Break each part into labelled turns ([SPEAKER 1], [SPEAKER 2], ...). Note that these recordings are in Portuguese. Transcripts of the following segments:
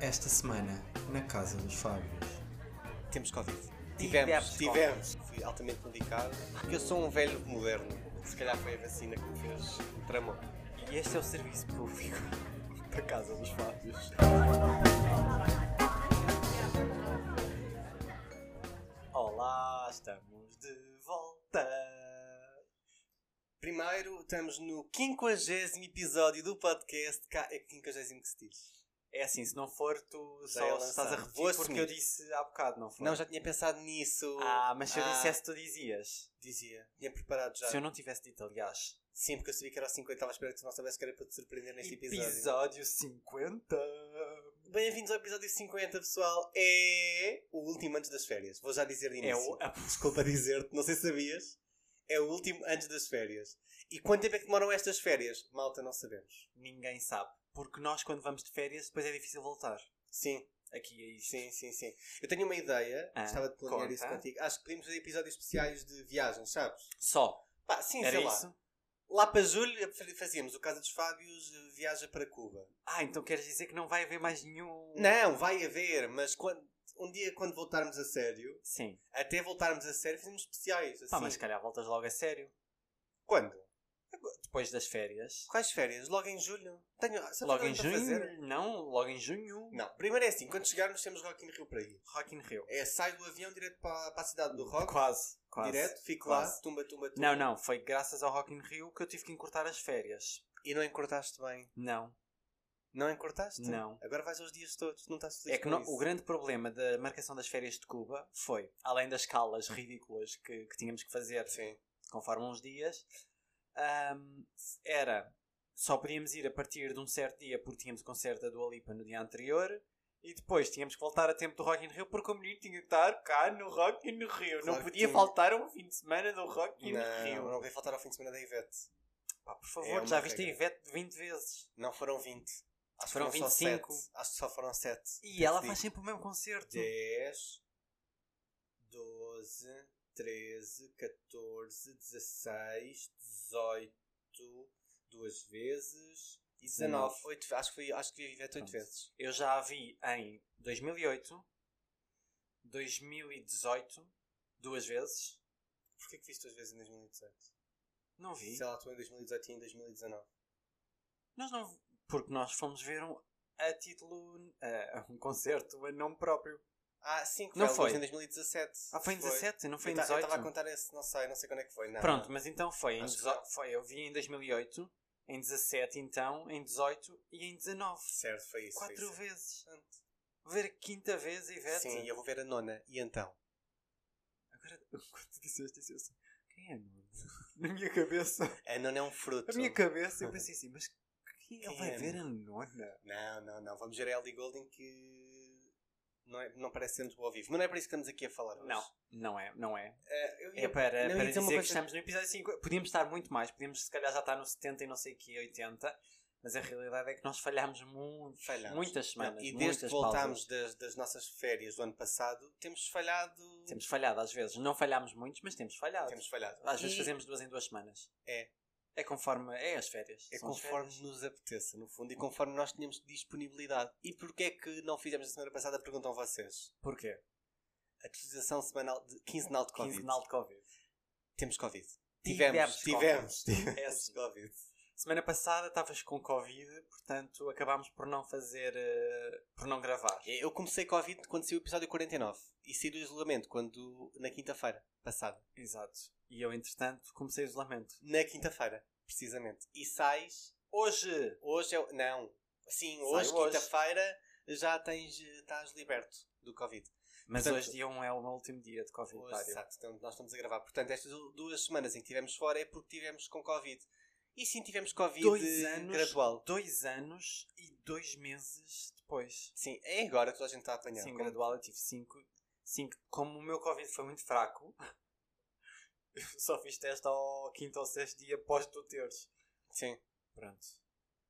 [SPEAKER 1] esta semana na casa dos Fábios.
[SPEAKER 2] Temos Covid.
[SPEAKER 3] Tivemos
[SPEAKER 2] Tivemos,
[SPEAKER 3] Covid.
[SPEAKER 2] tivemos. Fui altamente medicado. Porque eu sou um velho moderno. Se calhar foi a vacina que me fez tramor
[SPEAKER 3] E este é o serviço público.
[SPEAKER 2] para casa dos Fábios.
[SPEAKER 3] Olá, estamos de volta.
[SPEAKER 2] Primeiro, estamos no 50 episódio do podcast. Cá é 50 que se diz.
[SPEAKER 3] É assim, se não for, tu
[SPEAKER 2] Já
[SPEAKER 3] só
[SPEAKER 2] é lançado.
[SPEAKER 3] estás a
[SPEAKER 2] Vou
[SPEAKER 3] repetir
[SPEAKER 2] assumir.
[SPEAKER 3] porque eu disse há bocado, não foi?
[SPEAKER 2] Não, já tinha pensado nisso.
[SPEAKER 3] Ah, mas se eu
[SPEAKER 2] Ah,
[SPEAKER 3] dissesse, tu dizias.
[SPEAKER 2] Dizia. Tinha preparado já.
[SPEAKER 3] Se eu não tivesse dito, aliás.
[SPEAKER 2] Sim, porque eu sabia que era o 50. Estava a esperar que tu não soubesse que era para te surpreender neste episódio.
[SPEAKER 3] episódio 50.
[SPEAKER 2] Bem-vindos ao episódio 50, pessoal. É o último antes das férias. Vou já dizer de
[SPEAKER 3] É
[SPEAKER 2] início.
[SPEAKER 3] o. a-
[SPEAKER 2] Desculpa dizer-te, não sei se sabias. É o último antes das férias. E quanto tempo é que demoram estas férias? Malta, não sabemos.
[SPEAKER 3] Ninguém sabe. Porque nós, quando vamos de férias, depois é difícil voltar.
[SPEAKER 2] Sim,
[SPEAKER 3] Aqui é isto.
[SPEAKER 2] sim, sim, sim. Eu tenho uma ideia,
[SPEAKER 3] Ah,
[SPEAKER 2] gostava de planear
[SPEAKER 3] conta.
[SPEAKER 2] isso contigo. Acho que podíamos fazer episódios especiais de viagens, sabes?
[SPEAKER 3] Só.
[SPEAKER 2] Pá, sim,
[SPEAKER 3] Era
[SPEAKER 2] sei
[SPEAKER 3] isso?
[SPEAKER 2] lá. Lá para julho fazíamos o Casa dos Fábios eh, viaja para Cuba.
[SPEAKER 3] Ah, então queres dizer que não vai haver mais nenhum.
[SPEAKER 2] Não, vai haver, mas quando- um dia quando voltarmos a sério,
[SPEAKER 3] Sim.
[SPEAKER 2] até voltarmos a sério, fazemos especiais. Assim.
[SPEAKER 3] Pá, mas se calhar voltas logo a sério.
[SPEAKER 2] Quando?
[SPEAKER 3] Depois das férias.
[SPEAKER 2] Quais férias? Logo em julho? Tenho, sabes
[SPEAKER 3] Logo
[SPEAKER 2] nada
[SPEAKER 3] em
[SPEAKER 2] para
[SPEAKER 3] junho?
[SPEAKER 2] fazer? né?
[SPEAKER 3] Não, logo em junho.
[SPEAKER 2] Não, primeiro é assim, quando chegarmos temos Rock in Rio para ir.
[SPEAKER 3] Rock in Rio.
[SPEAKER 2] É, sai do avião direto para, para a cidade do Rock,
[SPEAKER 3] Quase. Quase.
[SPEAKER 2] direto, fico
[SPEAKER 3] Quase.
[SPEAKER 2] lá, tumba, tumba, tumba.
[SPEAKER 3] Não, não. Foi graças ao Rock in Rio que eu tive que encurtar as férias.
[SPEAKER 2] E não encurtaste bem.
[SPEAKER 3] Não.
[SPEAKER 2] Não encurtaste?
[SPEAKER 3] Não.
[SPEAKER 2] Agora vais aos dias todos, não estás feliz
[SPEAKER 3] É que
[SPEAKER 2] com
[SPEAKER 3] no-
[SPEAKER 2] isso.
[SPEAKER 3] o grande problema da marcação das férias de Cuba foi, além das calas ridículas que, que tínhamos que fazer
[SPEAKER 2] Sim.
[SPEAKER 3] conforme uns dias, ahm, era só podíamos ir a partir de um certo dia porque tínhamos o concerto da Dua Lipa no dia anterior e depois tínhamos que voltar a tempo do Rock in Rio porque o menino tinha que estar cá no Rock in Rio. não
[SPEAKER 2] Claro que
[SPEAKER 3] podia
[SPEAKER 2] tinha.
[SPEAKER 3] faltar um fim de semana do Rock in
[SPEAKER 2] Não,
[SPEAKER 3] Rio.
[SPEAKER 2] não vai faltar ao fim de semana da Ivete.
[SPEAKER 3] Pá, por
[SPEAKER 2] É
[SPEAKER 3] favor,
[SPEAKER 2] uma
[SPEAKER 3] já viste a
[SPEAKER 2] regra.
[SPEAKER 3] Ivete 20 vezes.
[SPEAKER 2] Não foram 20. Acho que
[SPEAKER 3] Foram
[SPEAKER 2] só
[SPEAKER 3] 25.
[SPEAKER 2] sete. Acho que só foram 7.
[SPEAKER 3] E ela faz sempre o mesmo concerto.
[SPEAKER 2] É. 10, 12, 13, 14, 16, 18, duas vezes e 19.
[SPEAKER 3] Dezenove.
[SPEAKER 2] Oito, acho que fui, acho que vi a Ivete 8
[SPEAKER 3] Pronto.
[SPEAKER 2] vezes.
[SPEAKER 3] Eu já a vi em 2008, 2018, duas vezes.
[SPEAKER 2] Porquê que viste duas vezes em 2018?
[SPEAKER 3] Não vi.
[SPEAKER 2] Se ela atuou em 2018 e em 2019.
[SPEAKER 3] Nós não. Porque nós fomos ver um a título. a- um concerto a nome próprio.
[SPEAKER 2] Ah, sim, que
[SPEAKER 3] Não
[SPEAKER 2] foi.
[SPEAKER 3] foi.
[SPEAKER 2] em 2017.
[SPEAKER 3] Ah, foi em 17, não foi em
[SPEAKER 2] Eu ta- Eu
[SPEAKER 3] 18.
[SPEAKER 2] estava a contar esse, não sei, não sei quando é que foi. Não,
[SPEAKER 3] Pronto, mas então foi em
[SPEAKER 2] Acho que
[SPEAKER 3] 18 foi, eu vi em 2008, em 17 então, em 18 e em 19.
[SPEAKER 2] Certo, foi isso. foi
[SPEAKER 3] Quatro
[SPEAKER 2] isso.
[SPEAKER 3] vezes.
[SPEAKER 2] Portanto,
[SPEAKER 3] Ver a quinta vez, Ivete.
[SPEAKER 2] Sim, eu vou ver a nona. E então?
[SPEAKER 3] Agora, quando tu disseste isso, eu assim, quem é a Nona? Na minha cabeça.
[SPEAKER 2] A nona é um fruto.
[SPEAKER 3] Na minha cabeça eu pensei assim, mas quem,
[SPEAKER 2] Quem
[SPEAKER 3] vai
[SPEAKER 2] é a
[SPEAKER 3] ver a nona?
[SPEAKER 2] Não, não, não. Vamos ver a Ellie Golding que não, é- não parece sendo boa ao vivo. Mas não é para isso que estamos aqui a falar hoje.
[SPEAKER 3] Não, não é, não é.
[SPEAKER 2] Eh, eu ia-
[SPEAKER 3] É para,
[SPEAKER 2] não,
[SPEAKER 3] para dizer
[SPEAKER 2] ia dizer uma
[SPEAKER 3] que
[SPEAKER 2] coisa-
[SPEAKER 3] estamos no episódio 50. Podíamos estar muito mais, podíamos se calhar já estar no 70 e não sei o que, 80, mas a realidade é que nós falhámos muito,
[SPEAKER 2] Falhámos.
[SPEAKER 3] muitas semanas.
[SPEAKER 2] Não, e
[SPEAKER 3] muitas
[SPEAKER 2] desde que
[SPEAKER 3] pausas.
[SPEAKER 2] voltámos das, das nossas férias do ano passado, temos falhado.
[SPEAKER 3] Temos falhado às vezes. Não falhámos muitos, mas temos falhado.
[SPEAKER 2] Temos falhado.
[SPEAKER 3] Às vezes
[SPEAKER 2] E
[SPEAKER 3] fazemos duas em duas semanas.
[SPEAKER 2] É.
[SPEAKER 3] É conforme. É as férias.
[SPEAKER 2] É
[SPEAKER 3] São as
[SPEAKER 2] conforme
[SPEAKER 3] férias.
[SPEAKER 2] nos apeteça, no fundo, e conforme nós tínhamos disponibilidade. E porquê é que não fizemos a semana passada? Perguntam vocês.
[SPEAKER 3] Porquê?
[SPEAKER 2] A utilização semanal de, quinzenal de Covid.
[SPEAKER 3] Quinzenal de Covid.
[SPEAKER 2] Temos Covid.
[SPEAKER 3] Tivemos
[SPEAKER 2] Tivemos, tivemos. Tivemos,
[SPEAKER 3] É assim.
[SPEAKER 2] Covid.
[SPEAKER 3] Semana passada estavas com Covid, portanto acabámos por não fazer. eh, por não gravar.
[SPEAKER 2] Eu comecei Covid quando saiu o episódio 49 e saí do isolamento quando, na quinta-feira passada.
[SPEAKER 3] Exato. E eu, entretanto, comecei o isolamento.
[SPEAKER 2] Na quinta-feira, precisamente. E sais.
[SPEAKER 3] Hoje!
[SPEAKER 2] Hoje é. o- Não. Sim,
[SPEAKER 3] Saio
[SPEAKER 2] hoje,
[SPEAKER 3] hoje.
[SPEAKER 2] quinta-feira, já tens. eh, estás liberto do Covid.
[SPEAKER 3] Mas
[SPEAKER 2] Portanto,
[SPEAKER 3] hoje dia 1 é o meu último dia de Covid.
[SPEAKER 2] Hoje,
[SPEAKER 3] Dário.
[SPEAKER 2] exato, então, nós estamos a gravar. Portanto, estas du- duas semanas em que estivemos fora é porque tivemos com Covid. E sim, tivemos Covid
[SPEAKER 3] dois
[SPEAKER 2] eh,
[SPEAKER 3] anos,
[SPEAKER 2] gradual.
[SPEAKER 3] dois anos e dois meses depois.
[SPEAKER 2] Sim, é agora que toda a gente está a apanhar.
[SPEAKER 3] Sim,
[SPEAKER 2] Como-
[SPEAKER 3] gradual eu tive cinco, cinco. Como o meu Covid foi muito fraco, eu só fiz teste ao quinto ou sexto dia após tu teres.
[SPEAKER 2] Sim.
[SPEAKER 3] Pronto.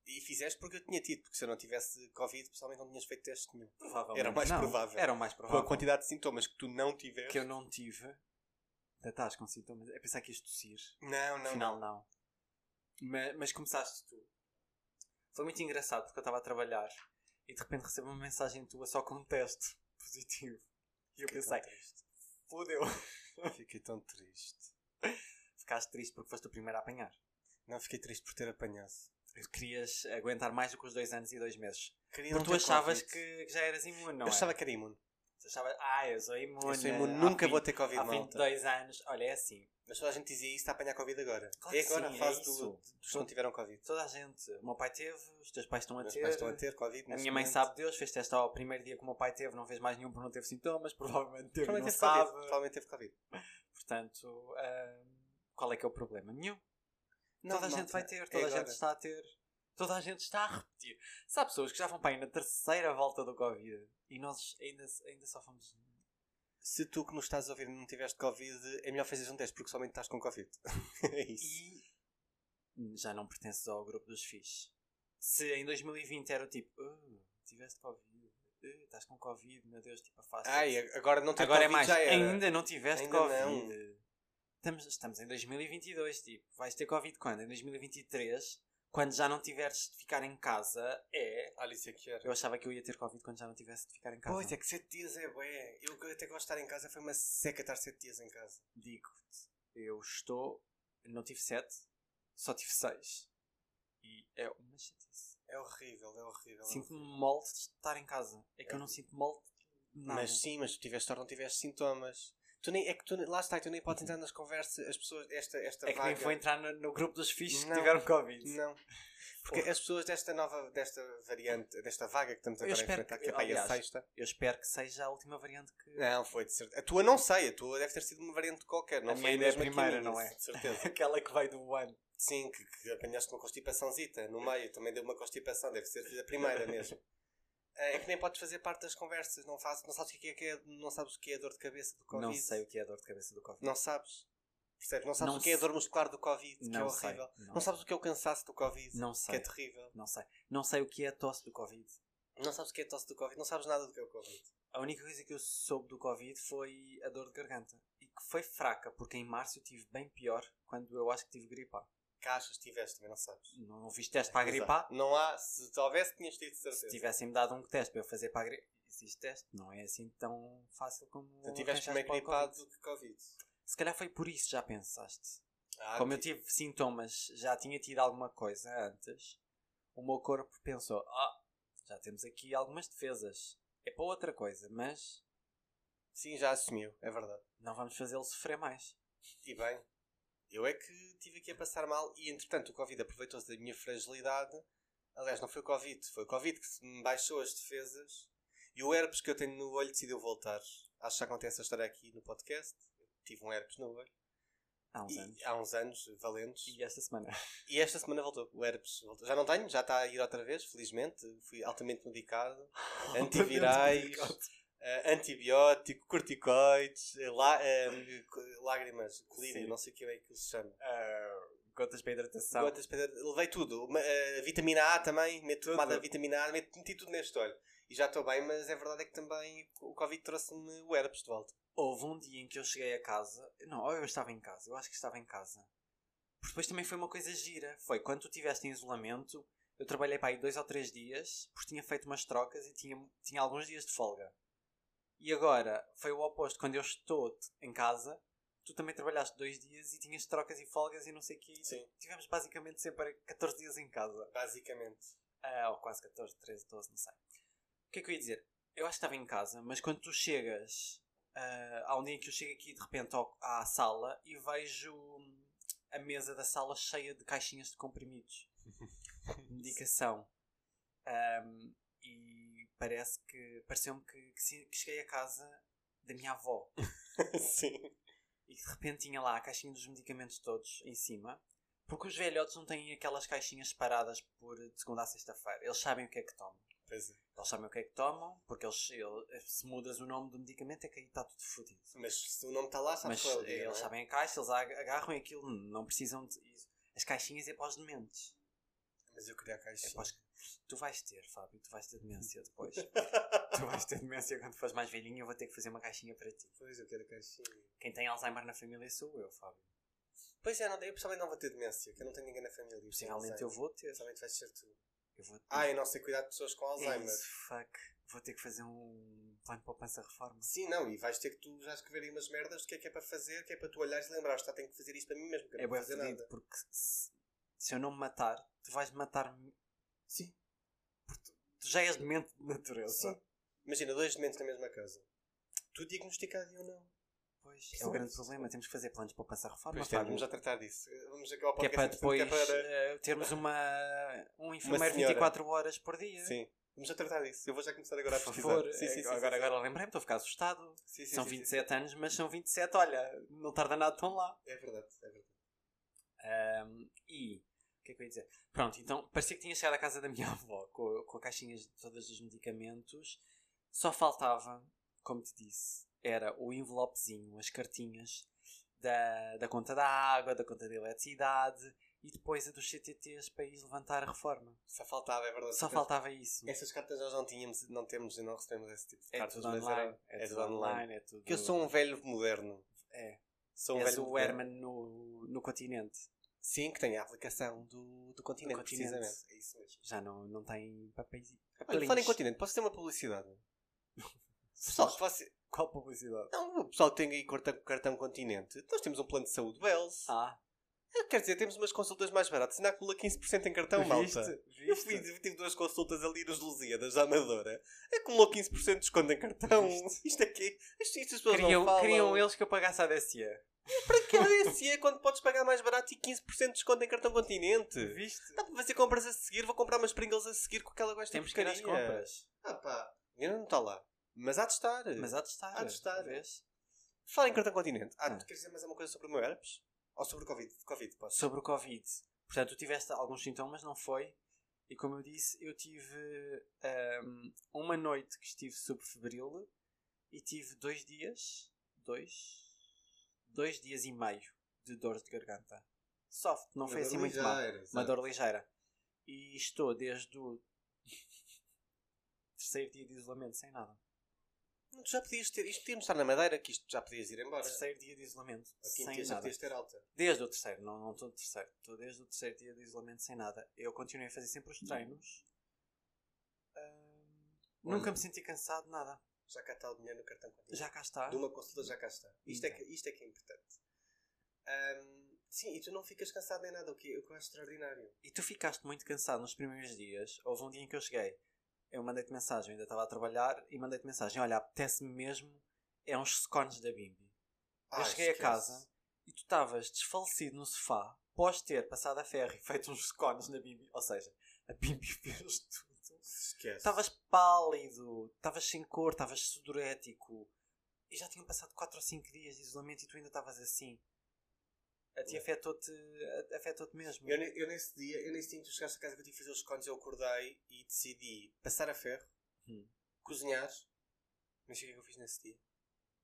[SPEAKER 2] E fizeste porque eu tinha tido, porque se eu não tivesse Covid, pessoalmente não tinhas feito teste nenhum.
[SPEAKER 3] Provavelmente.
[SPEAKER 2] Era o mais
[SPEAKER 3] não.
[SPEAKER 2] provável.
[SPEAKER 3] Era o mais
[SPEAKER 2] Com a
[SPEAKER 3] provável.
[SPEAKER 2] quantidade de sintomas que tu não
[SPEAKER 3] Que
[SPEAKER 2] tiveste.
[SPEAKER 3] eu não tive. Ainda estás com sintomas. É pensar que ias tossir.
[SPEAKER 2] Não, não,
[SPEAKER 3] Afinal,
[SPEAKER 2] não.
[SPEAKER 3] não. Ma- Mas, começaste tu. Foi muito engraçado porque eu estava a trabalhar e de repente recebo uma mensagem tua só com um teste positivo. E eu
[SPEAKER 2] Fiquei
[SPEAKER 3] pensei,
[SPEAKER 2] tão triste.
[SPEAKER 3] fodeu.
[SPEAKER 2] Fiquei tão triste.
[SPEAKER 3] Ficaste triste porque foste o primeiro a apanhar.
[SPEAKER 2] Não fiquei triste por ter apanhado.
[SPEAKER 3] Querias aguentar mais do que os dois anos e dois meses.
[SPEAKER 2] Queria não
[SPEAKER 3] Porque tu
[SPEAKER 2] ter
[SPEAKER 3] achavas
[SPEAKER 2] Covid.
[SPEAKER 3] que já eras imune, não
[SPEAKER 2] Eu
[SPEAKER 3] é?
[SPEAKER 2] achava que era imune.
[SPEAKER 3] Tu achavas, ah, eu sou imune.
[SPEAKER 2] Eu sou imune,
[SPEAKER 3] há
[SPEAKER 2] nunca
[SPEAKER 3] vinte-
[SPEAKER 2] vou ter Covid,
[SPEAKER 3] Há
[SPEAKER 2] malta.
[SPEAKER 3] 22 anos, olha, é assim.
[SPEAKER 2] Mas toda a gente dizia isso, está a apanhar Covid agora.
[SPEAKER 3] Claro
[SPEAKER 2] é
[SPEAKER 3] que
[SPEAKER 2] agora
[SPEAKER 3] sim,
[SPEAKER 2] a
[SPEAKER 3] é
[SPEAKER 2] fase
[SPEAKER 3] isso.
[SPEAKER 2] do, dos que não tiveram um Covid.
[SPEAKER 3] Toda a gente, o meu pai teve, os teus pais estão a
[SPEAKER 2] Meus
[SPEAKER 3] ter.
[SPEAKER 2] pais estão a ter Covid.
[SPEAKER 3] A
[SPEAKER 2] neste
[SPEAKER 3] minha mãe
[SPEAKER 2] momento.
[SPEAKER 3] sabe Deus, fez teste ao primeiro dia que o meu pai teve, não fez mais nenhum porque não teve sintomas, provavelmente teve, e não
[SPEAKER 2] Provavelmente teve,
[SPEAKER 3] sabe.
[SPEAKER 2] COVID. Provavelmente teve Covid.
[SPEAKER 3] Portanto, hum, qual é que é o problema? Nenhum.
[SPEAKER 2] Não,
[SPEAKER 3] toda a
[SPEAKER 2] malta,
[SPEAKER 3] gente vai ter,
[SPEAKER 2] é
[SPEAKER 3] toda a
[SPEAKER 2] agora.
[SPEAKER 3] gente está a ter, toda a gente está a repetir. Se há pessoas que já vão para aí na terceira volta do Covid e nós ainda, ainda só fomos. um
[SPEAKER 2] Se tu que nos estás a ouvir não tiveste Covid, é melhor fazeres um teste porque somente estás com Covid. é isso.
[SPEAKER 3] E já não pertences ao grupo dos FIS. Se em 2020 era o tipo, "Uh, tiveste Covid, uh, estás com Covid, meu Deus, tipo, afasta.
[SPEAKER 2] Ai, agora não tem
[SPEAKER 3] Agora é
[SPEAKER 2] Covid,
[SPEAKER 3] mais,
[SPEAKER 2] já era.
[SPEAKER 3] ainda não tiveste
[SPEAKER 2] Ainda
[SPEAKER 3] Covid. Estamos, estamos em 2022, tipo, vais ter Covid quando? Em 2023, quando já não tiveres de ficar em casa, é
[SPEAKER 2] Olha isso aqui era.
[SPEAKER 3] Eu achava que eu ia ter Covid quando já não tivesse de ficar em casa.
[SPEAKER 2] Pois é que 7 dias é bué. Eu que até gosto de estar em casa, foi uma seca estar 7 dias em casa.
[SPEAKER 3] Digo-te, eu estou. Não tive 7, só tive 6. E é uma chatice.
[SPEAKER 2] É horrível, é horrível.
[SPEAKER 3] Sinto-me mal de estar em casa. É que eu não sinto mal de nada.
[SPEAKER 2] Mas sim, mas tu tiveste sorte, não tiveste sintomas. Tu nem, é que tu, nem- lá está, tu nem podes entrar nas conversas, as pessoas, esta, esta
[SPEAKER 3] é que nem
[SPEAKER 2] vaga.
[SPEAKER 3] vou entrar no, no grupo dos fichos que
[SPEAKER 2] Não.
[SPEAKER 3] tiveram Covid.
[SPEAKER 2] Não. Porque as pessoas desta nova, desta variante, desta vaga que estamos
[SPEAKER 3] Eu
[SPEAKER 2] agora a
[SPEAKER 3] espero
[SPEAKER 2] enfrentar,
[SPEAKER 3] que-
[SPEAKER 2] que é para aí a
[SPEAKER 3] aliás.
[SPEAKER 2] sexta.
[SPEAKER 3] Eu espero que seja a última variante que.
[SPEAKER 2] Não, foi de certeza. A tua não sei, a tua deve ter sido uma variante qualquer. Não
[SPEAKER 3] A
[SPEAKER 2] foi
[SPEAKER 3] minha ainda é a
[SPEAKER 2] mesma que
[SPEAKER 3] primeira,
[SPEAKER 2] minha,
[SPEAKER 3] não é?
[SPEAKER 2] De certeza.
[SPEAKER 3] Aquela que vai do ano.
[SPEAKER 2] Sim, que, que apanhaste uma constipaçãozita no meio, também deu uma constipação, deve ser a primeira mesmo. É que nem podes fazer parte das conversas, não, faz, não sabes o que é, que é, não sabes o que é a dor de cabeça do Covid.
[SPEAKER 3] Não sei o que é a dor de cabeça do Covid.
[SPEAKER 2] Não sabes. Percebes? Não sabes
[SPEAKER 3] Não
[SPEAKER 2] o que é a
[SPEAKER 3] sei.
[SPEAKER 2] dor muscular do Covid, que é
[SPEAKER 3] Não sei.
[SPEAKER 2] horrível.
[SPEAKER 3] Não,
[SPEAKER 2] Não sabes o que é o cansaço do Covid,
[SPEAKER 3] Não
[SPEAKER 2] que
[SPEAKER 3] sei.
[SPEAKER 2] é terrível.
[SPEAKER 3] Não sei. Não sei o que é a tosse do Covid.
[SPEAKER 2] Não sabes o que é a tosse do Covid, não sabes nada do que é o Covid.
[SPEAKER 3] A única coisa que eu soube do Covid foi a dor de garganta. E que foi fraca, porque em março eu tive bem pior quando eu acho que tive gripar.
[SPEAKER 2] Caixas tiveste, também não sabes.
[SPEAKER 3] Não, não fiz teste para a gripar.
[SPEAKER 2] Exato. Não há, se houvesse, tinhas tido
[SPEAKER 3] Se
[SPEAKER 2] certeza.
[SPEAKER 3] tivessem-me dado um teste para eu fazer para a gripa. Existe teste, não é assim tão fácil como.
[SPEAKER 2] Tu tiveste
[SPEAKER 3] arranjar um
[SPEAKER 2] primeiro
[SPEAKER 3] para o Covid.
[SPEAKER 2] gripado do que Covid.
[SPEAKER 3] Se calhar foi por isso, já pensaste.
[SPEAKER 2] Ah,
[SPEAKER 3] como eu
[SPEAKER 2] ti-
[SPEAKER 3] tive sintomas, já tinha tido alguma coisa antes, o meu corpo pensou: ah, já temos aqui algumas defesas. É para outra coisa, mas
[SPEAKER 2] Sim, já assumiu, é verdade.
[SPEAKER 3] não vamos fazê-lo sofrer mais.
[SPEAKER 2] E bem, eu é que tive aqui a passar mal e entretanto o Covid aproveitou-se da minha fragilidade. Aliás, não foi o Covid, foi o Covid que me baixou as defesas e o herpes que eu tenho no olho decidiu voltar. Acho que já contei essa história aqui no podcast. Tive um herpes no olho
[SPEAKER 3] Há uns
[SPEAKER 2] e-
[SPEAKER 3] anos.
[SPEAKER 2] há uns anos, valentes.
[SPEAKER 3] E esta semana.
[SPEAKER 2] E esta semana voltou, o herpes voltou. Já não tenho, já está a ir outra vez, felizmente. Fui altamente medicado, antivirais, eh, antibiótico, corticoides, eh, lá- eh, co- lágrimas, colírio,
[SPEAKER 3] Sim.
[SPEAKER 2] não sei o que é que se chama.
[SPEAKER 3] Gotas Ah, para hidratação.
[SPEAKER 2] Gotas para- Levei tudo, uma, eh, vitamina A também, meto
[SPEAKER 3] Tudo.
[SPEAKER 2] tomada de vitamina A, meto- meti tudo neste olho. E já estou bem, mas é verdade é que também o Covid trouxe-me o herpes de volta.
[SPEAKER 3] Houve um dia em que eu cheguei a casa. Não, ou eu estava em casa, eu acho que estava em casa. Porque depois também foi uma coisa gira. Foi quando tu estiveste em isolamento, eu trabalhei para aí dois ou três dias, porque tinha feito umas trocas e tinha, tinha alguns dias de folga. E agora foi o oposto. Quando eu estou em casa, tu também trabalhaste dois dias e tinhas trocas e folgas e não sei o quê.
[SPEAKER 2] Sim.
[SPEAKER 3] Tivemos basicamente sempre 14 dias em casa.
[SPEAKER 2] Basicamente.
[SPEAKER 3] Ah, ou quase 14, 13, 12, não sei. O que é que eu ia dizer? Eu acho que estava em casa, mas quando tu chegas, ah, há um dia em que eu chego aqui de repente ao- à sala e vejo hum, a mesa da sala cheia de caixinhas de comprimidos. Medicação. Ahm, e parece que. pareceu-me que, que se- que cheguei a casa da minha avó
[SPEAKER 2] Sim.
[SPEAKER 3] e que de repente tinha lá a caixinha dos medicamentos todos em cima, porque os velhotes não têm aquelas caixinhas separadas por de segunda a sexta-feira. Eles sabem o que é que tomam.
[SPEAKER 2] Pois é.
[SPEAKER 3] Eles sabem o que é que tomam, porque eles, ele- se mudas o nome do medicamento é que aí está tudo fodido.
[SPEAKER 2] Mas se o nome está lá, sabes
[SPEAKER 3] Mas eh,
[SPEAKER 2] qual é o dia,
[SPEAKER 3] eles
[SPEAKER 2] não é?
[SPEAKER 3] sabem a caixa, eles ag- agarram aquilo, não precisam de isso. As caixinhas é para os dementes.
[SPEAKER 2] Mas eu queria a
[SPEAKER 3] É
[SPEAKER 2] caixa.
[SPEAKER 3] para os- Tu vais ter, Fábio, tu vais ter demência depois. tu vais ter demência quando fores mais velhinho, eu vou ter que fazer uma caixinha para ti.
[SPEAKER 2] Pois, eu quero a caixinha.
[SPEAKER 3] Quem tem Alzheimer na família sou eu, Fábio.
[SPEAKER 2] Pois é, não, eu pessoalmente não vou ter demência, que eu não tenho ninguém na família.
[SPEAKER 3] Possivelmente eu vou ter.
[SPEAKER 2] Pessoalmente vais ser tu.
[SPEAKER 3] Eu vou
[SPEAKER 2] Ah, eu não sei cuidar de pessoas com
[SPEAKER 3] é
[SPEAKER 2] Alzheimer.
[SPEAKER 3] isso, fuck. Vou ter que fazer um plano de poupança reforma.
[SPEAKER 2] Sim, não, e vais ter que tu já escrever aí umas merdas do que é que é para fazer, que é para tu olhares e lembrares, tá, tenho que fazer isto para mim mesmo, que eu
[SPEAKER 3] É
[SPEAKER 2] não vou
[SPEAKER 3] bem
[SPEAKER 2] fazer
[SPEAKER 3] fedido,
[SPEAKER 2] nada.
[SPEAKER 3] porque se, se eu não me matar, tu vais matar-me.
[SPEAKER 2] Sim.
[SPEAKER 3] Tu já és demente de natureza.
[SPEAKER 2] Sim. Imagina, dois dementes na mesma casa. Tu diagnosticado e eu não.
[SPEAKER 3] Pois, é o grande problema. Temos que fazer planos de poupança reforma,
[SPEAKER 2] Pois
[SPEAKER 3] Fábio.
[SPEAKER 2] vamos já tratar disso. Vamos acabar o
[SPEAKER 3] Que é para
[SPEAKER 2] podcast.
[SPEAKER 3] depois
[SPEAKER 2] portanto, é para-
[SPEAKER 3] eh, termos uma, um enfermeiro
[SPEAKER 2] senhora.
[SPEAKER 3] 24 horas por dia.
[SPEAKER 2] Sim. Vamos já tratar disso. Eu vou já começar agora a
[SPEAKER 3] Por
[SPEAKER 2] pesquisar.
[SPEAKER 3] favor, é eh,
[SPEAKER 2] Sim, sim, sim,
[SPEAKER 3] agora,
[SPEAKER 2] sim,
[SPEAKER 3] agora lembrei-me, estou a ficar assustado.
[SPEAKER 2] Sim, sim,
[SPEAKER 3] são
[SPEAKER 2] sim, sim.
[SPEAKER 3] 27 anos, mas são 27, olha, não tarda nada tão lá.
[SPEAKER 2] É verdade, é verdade.
[SPEAKER 3] Ahm, e o que é que eu ia dizer? Pronto, então parecia que tinha chegado à casa da minha avó com, com a caixinha de todos os medicamentos. Só faltava, como te disse, era o envelopezinho, as cartinhas da, da conta da água, da conta da eletricidade e depois a dos CTTs para ir levantar a reforma.
[SPEAKER 2] Só faltava, é verdade.
[SPEAKER 3] Só faltava isso.
[SPEAKER 2] Essas cartas nós não tínhamos, não temos e não recebemos esse tipo de
[SPEAKER 3] É
[SPEAKER 2] cartas.
[SPEAKER 3] tudo
[SPEAKER 2] mas
[SPEAKER 3] online.
[SPEAKER 2] era-
[SPEAKER 3] É tudo online. É tudo...
[SPEAKER 2] Porque eu sou um velho moderno.
[SPEAKER 3] É.
[SPEAKER 2] Sou um
[SPEAKER 3] és
[SPEAKER 2] velho
[SPEAKER 3] o
[SPEAKER 2] moderno.
[SPEAKER 3] Herman no, no continente.
[SPEAKER 2] Sim, que tem a aplicação do, do continente,
[SPEAKER 3] continente. É
[SPEAKER 2] precisamente. É isso mesmo.
[SPEAKER 3] Já não, não tem papéis.
[SPEAKER 2] Olha, falar em continente, posso ter uma publicidade? Pessoal, que você...
[SPEAKER 3] Qual publicidade?
[SPEAKER 2] Não, o pessoal que tem aí cartão, cartão continente. Nós temos um plano de saúde Bells.
[SPEAKER 3] Ah,
[SPEAKER 2] Quer dizer, temos umas consultas mais baratas. Ainda acumula 15% em cartão, malta.
[SPEAKER 3] Então, Viste?
[SPEAKER 2] Eu fui, tive duas consultas ali nos Lusíadas, da Amadora. É um Acumulou 15% de desconto em cartão.
[SPEAKER 3] Viste?
[SPEAKER 2] Isto aqui, isto, isto as pessoas não
[SPEAKER 3] Queriam,
[SPEAKER 2] falam.
[SPEAKER 3] queriam eles que eu pagasse a DSE.
[SPEAKER 2] Para que ADC é quando podes pagar mais barato e 15% de desconto em cartão continente?
[SPEAKER 3] Viste?
[SPEAKER 2] Dá para fazer compras a seguir, vou comprar umas Pringles a seguir com aquela gosta
[SPEAKER 3] Temos que ir às compras.
[SPEAKER 2] Ah pá, ainda não está lá. Mas há de estar.
[SPEAKER 3] Mas há de estar.
[SPEAKER 2] Há de estar.
[SPEAKER 3] vês?
[SPEAKER 2] Fala em cartão continente. Ah,
[SPEAKER 3] Ah.
[SPEAKER 2] tu queres dizer mais alguma coisa sobre o meu herpes? Ou sobre o Covid? Covid, posso.
[SPEAKER 3] Sobre o Covid. Portanto, tu tiveste alguns sintomas, não foi? E como eu disse, eu tive ahm, uma noite que estive subfebril e tive dois dias, dois, dois dias e meio de dor de garganta. Soft, não foi assim muito mal. Uma dor ligeira. E estou desde o terceiro dia de isolamento, sem nada.
[SPEAKER 2] Não, Tu já podias ter. Isto podíamos estar na Madeira, que isto já podias ir embora.
[SPEAKER 3] Terceiro dia de isolamento,
[SPEAKER 2] Aqui em
[SPEAKER 3] sem
[SPEAKER 2] Tias já
[SPEAKER 3] nada.
[SPEAKER 2] podias ter alta.
[SPEAKER 3] Desde o terceiro, não não estou do terceiro. Estou desde o terceiro dia de isolamento sem nada. Eu continuei a fazer sempre
[SPEAKER 2] Hum.
[SPEAKER 3] os treinos. Ahm,
[SPEAKER 2] Olha.
[SPEAKER 3] nunca me senti cansado, nada.
[SPEAKER 2] Já cá está o dinheiro no cartão continente.
[SPEAKER 3] Já cá está.
[SPEAKER 2] De uma consulta já cá está. Isto, é,
[SPEAKER 3] Então.
[SPEAKER 2] que, isto é que é importante. Ahm, sim, e tu não ficas cansado nem nada, o que, o que eu acho extraordinário.
[SPEAKER 3] E tu ficaste muito cansado nos primeiros dias. Houve um dia em que eu cheguei. Eu mandei-te mensagem, eu ainda estava a trabalhar, e mandei-te mensagem. Olha, apetece-me mesmo. É uns scones da Bimbi.
[SPEAKER 2] Ah,
[SPEAKER 3] eu cheguei a casa e tu estavas desfalecido no sofá após ter passado a ferro e feito uns scones na Bimbi. Ou seja, a Bimbi fez tudo.
[SPEAKER 2] Esquece.
[SPEAKER 3] Estavas pálido, estavas sem cor, estavas sudorético. E já tinham passado 4 ou 5 dias de isolamento e tu ainda estavas assim. A ti
[SPEAKER 2] Ué.
[SPEAKER 3] afetou-te a- afetou-te mesmo.
[SPEAKER 2] É. Eu, ne- eu nesse dia, eu nesse dia em que tu chegaste a casa que eu tive que fazer os contos, eu acordei e decidi passar a ferro,
[SPEAKER 3] Hum.
[SPEAKER 2] cozinhar. Não sei o que é que eu fiz nesse dia.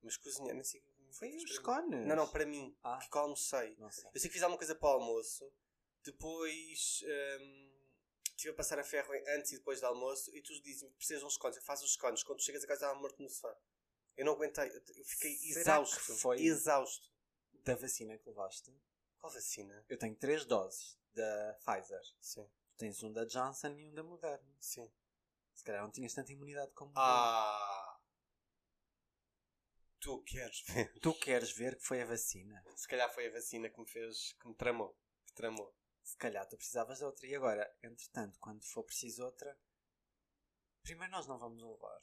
[SPEAKER 2] Mas cozinhar, não sei o que é que eu fiz
[SPEAKER 3] Foi
[SPEAKER 2] para
[SPEAKER 3] os
[SPEAKER 2] mim.
[SPEAKER 3] cones.
[SPEAKER 2] Não, não, para mim.
[SPEAKER 3] Ah.
[SPEAKER 2] Que eu almocei.
[SPEAKER 3] Não sei.
[SPEAKER 2] Eu sei que fiz alguma coisa para o almoço. Depois hum, estive a passar a ferro em- antes e depois do almoço. E tu dizes-me que precisas de uns contos. Eu faço os contos. Quando tu chegas a casa, estava morto no sofá. Eu não aguentei. Eu, eu fiquei
[SPEAKER 3] Será
[SPEAKER 2] exausto.
[SPEAKER 3] que foi?
[SPEAKER 2] Exausto.
[SPEAKER 3] Da vacina que levaste,
[SPEAKER 2] Qual vacina?
[SPEAKER 3] eu tenho 3 doses da Pfizer.
[SPEAKER 2] Sim,
[SPEAKER 3] Tens um da Johnson e um da Moderna.
[SPEAKER 2] sim.
[SPEAKER 3] Se calhar não tinhas tanta imunidade como
[SPEAKER 2] Ah! Tu queres ver?
[SPEAKER 3] eu. Tu queres ver que foi a vacina?
[SPEAKER 2] Se calhar foi a vacina que me fez. que me tramou. Que tramou.
[SPEAKER 3] Se calhar tu precisavas de outra. E agora, entretanto, quando for preciso outra, primeiro nós não vamos levar.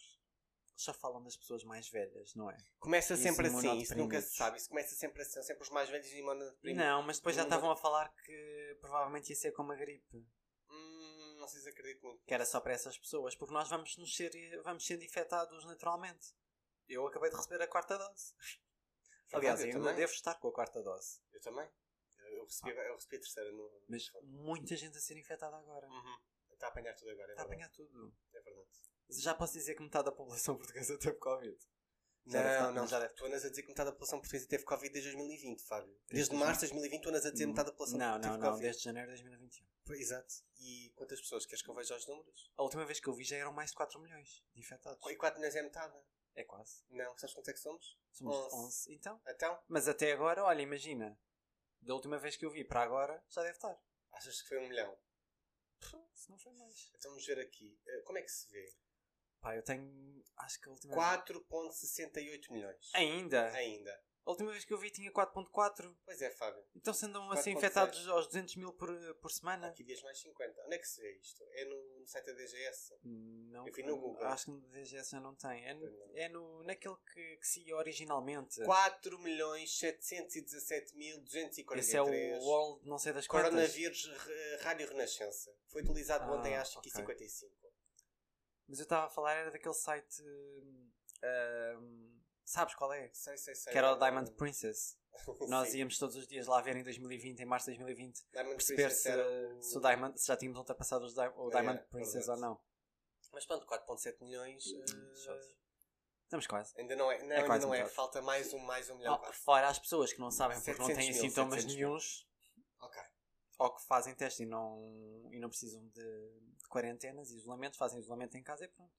[SPEAKER 3] Eles Só falam das pessoas mais velhas, não é?
[SPEAKER 2] Começa
[SPEAKER 3] Isso,
[SPEAKER 2] sempre assim, isso nunca
[SPEAKER 3] imunodeprimidos.
[SPEAKER 2] se sabe. Isso começa sempre assim, são sempre os mais velhos e imunodeprimidos.
[SPEAKER 3] Não, mas depois já
[SPEAKER 2] Primeiro-
[SPEAKER 3] estavam a falar que provavelmente ia ser como a gripe.
[SPEAKER 2] Hum, não sei se acredito muito.
[SPEAKER 3] Que era só para essas pessoas, porque nós vamos, nos ser, vamos sendo infectados naturalmente. Eu acabei de receber a quarta dose. Aliás,
[SPEAKER 2] eu
[SPEAKER 3] eu ainda
[SPEAKER 2] também.
[SPEAKER 3] devo estar com a quarta dose.
[SPEAKER 2] Eu também. Eu eu recebi, eu recebi a terceira no.
[SPEAKER 3] Ah. Mas muita gente a ser infectada agora.
[SPEAKER 2] Uhum. Está a apanhar tudo agora, é
[SPEAKER 3] Está a
[SPEAKER 2] verdade.
[SPEAKER 3] apanhar tudo.
[SPEAKER 2] É verdade.
[SPEAKER 3] Já posso dizer que metade da população portuguesa teve Covid. Já deve
[SPEAKER 2] Não,
[SPEAKER 3] estar-
[SPEAKER 2] não,
[SPEAKER 3] já
[SPEAKER 2] já
[SPEAKER 3] deve-
[SPEAKER 2] Tu andas a dizer que metade da população portuguesa teve Covid desde 2020, Fábio.
[SPEAKER 3] Desde
[SPEAKER 2] Desde março de 2020 tu andas a dizer metade da população
[SPEAKER 3] Não,
[SPEAKER 2] teve
[SPEAKER 3] não, não.
[SPEAKER 2] Covid.
[SPEAKER 3] Desde janeiro de 2021.
[SPEAKER 2] Pois, Exato. E quantas pessoas? Queres que eu veja os números?
[SPEAKER 3] A última vez que eu vi já eram mais de 4 milhões de infectados.
[SPEAKER 2] E 4 milhões é metade?
[SPEAKER 3] É quase.
[SPEAKER 2] Não, sabes quantos é que somos?
[SPEAKER 3] Somos
[SPEAKER 2] Onze.
[SPEAKER 3] 11. Então.
[SPEAKER 2] Então,
[SPEAKER 3] Mas até agora, olha, imagina. Da última vez que eu vi para agora, já deve estar.
[SPEAKER 2] achas que foi um milhão?
[SPEAKER 3] Pff, Se não foi mais.
[SPEAKER 2] Então vamos ver aqui. Eh, Como é que se vê?
[SPEAKER 3] Pá, eu tenho. Acho que a última
[SPEAKER 2] 4.68 milhões.
[SPEAKER 3] Hum. Ainda?
[SPEAKER 2] Ainda.
[SPEAKER 3] A última vez que eu vi tinha 4.4.
[SPEAKER 2] Pois é, Fábio.
[SPEAKER 3] Então se andam assim
[SPEAKER 2] 4.6.
[SPEAKER 3] infectados aos 200 mil por, por semana?
[SPEAKER 2] Aqui dias mais 50. Onde é que se vê isto? É no, no site da DGS?
[SPEAKER 3] Não,
[SPEAKER 2] Eu vi no Google.
[SPEAKER 3] acho que no DGS já não tem. É, no, é no, naquele que, que se ia originalmente.
[SPEAKER 2] 4 milhões 717.243.
[SPEAKER 3] Esse é o wall de não sei das quantas.
[SPEAKER 2] Coronavírus re- Rádio Renascença. Foi utilizado
[SPEAKER 3] Ah,
[SPEAKER 2] ontem às 5
[SPEAKER 3] ok.
[SPEAKER 2] 55
[SPEAKER 3] Mas eu estava a falar era daquele site. hum, hum, sabes qual é?
[SPEAKER 2] Sei, sei, sei.
[SPEAKER 3] Que era o Diamond Princess.
[SPEAKER 2] Sim.
[SPEAKER 3] Nós íamos todos os dias lá ver em 2020, em março de 2020,
[SPEAKER 2] Diamond
[SPEAKER 3] perceber
[SPEAKER 2] Princess
[SPEAKER 3] se,
[SPEAKER 2] era um- o-
[SPEAKER 3] se, o Diamond, se já tínhamos ultrapassado os Di- o
[SPEAKER 2] É,
[SPEAKER 3] Diamond
[SPEAKER 2] é,
[SPEAKER 3] Princess
[SPEAKER 2] verdade.
[SPEAKER 3] ou não.
[SPEAKER 2] Mas pronto, 4.7 milhões.
[SPEAKER 3] Hum,
[SPEAKER 2] eh,
[SPEAKER 3] Shots. Estamos quase.
[SPEAKER 2] ainda não é. Não, ainda
[SPEAKER 3] quase
[SPEAKER 2] não é.
[SPEAKER 3] metade.
[SPEAKER 2] Falta mais um, mais um milhão.
[SPEAKER 3] Ah, por fora, as pessoas que não sabem porque não
[SPEAKER 2] 700
[SPEAKER 3] têm
[SPEAKER 2] mil,
[SPEAKER 3] sintomas
[SPEAKER 2] 700 mil.
[SPEAKER 3] nenhuns,
[SPEAKER 2] Ok.
[SPEAKER 3] ou que fazem teste e não, e não precisam de, de quarentenas, isolamento, fazem isolamento em casa e pronto.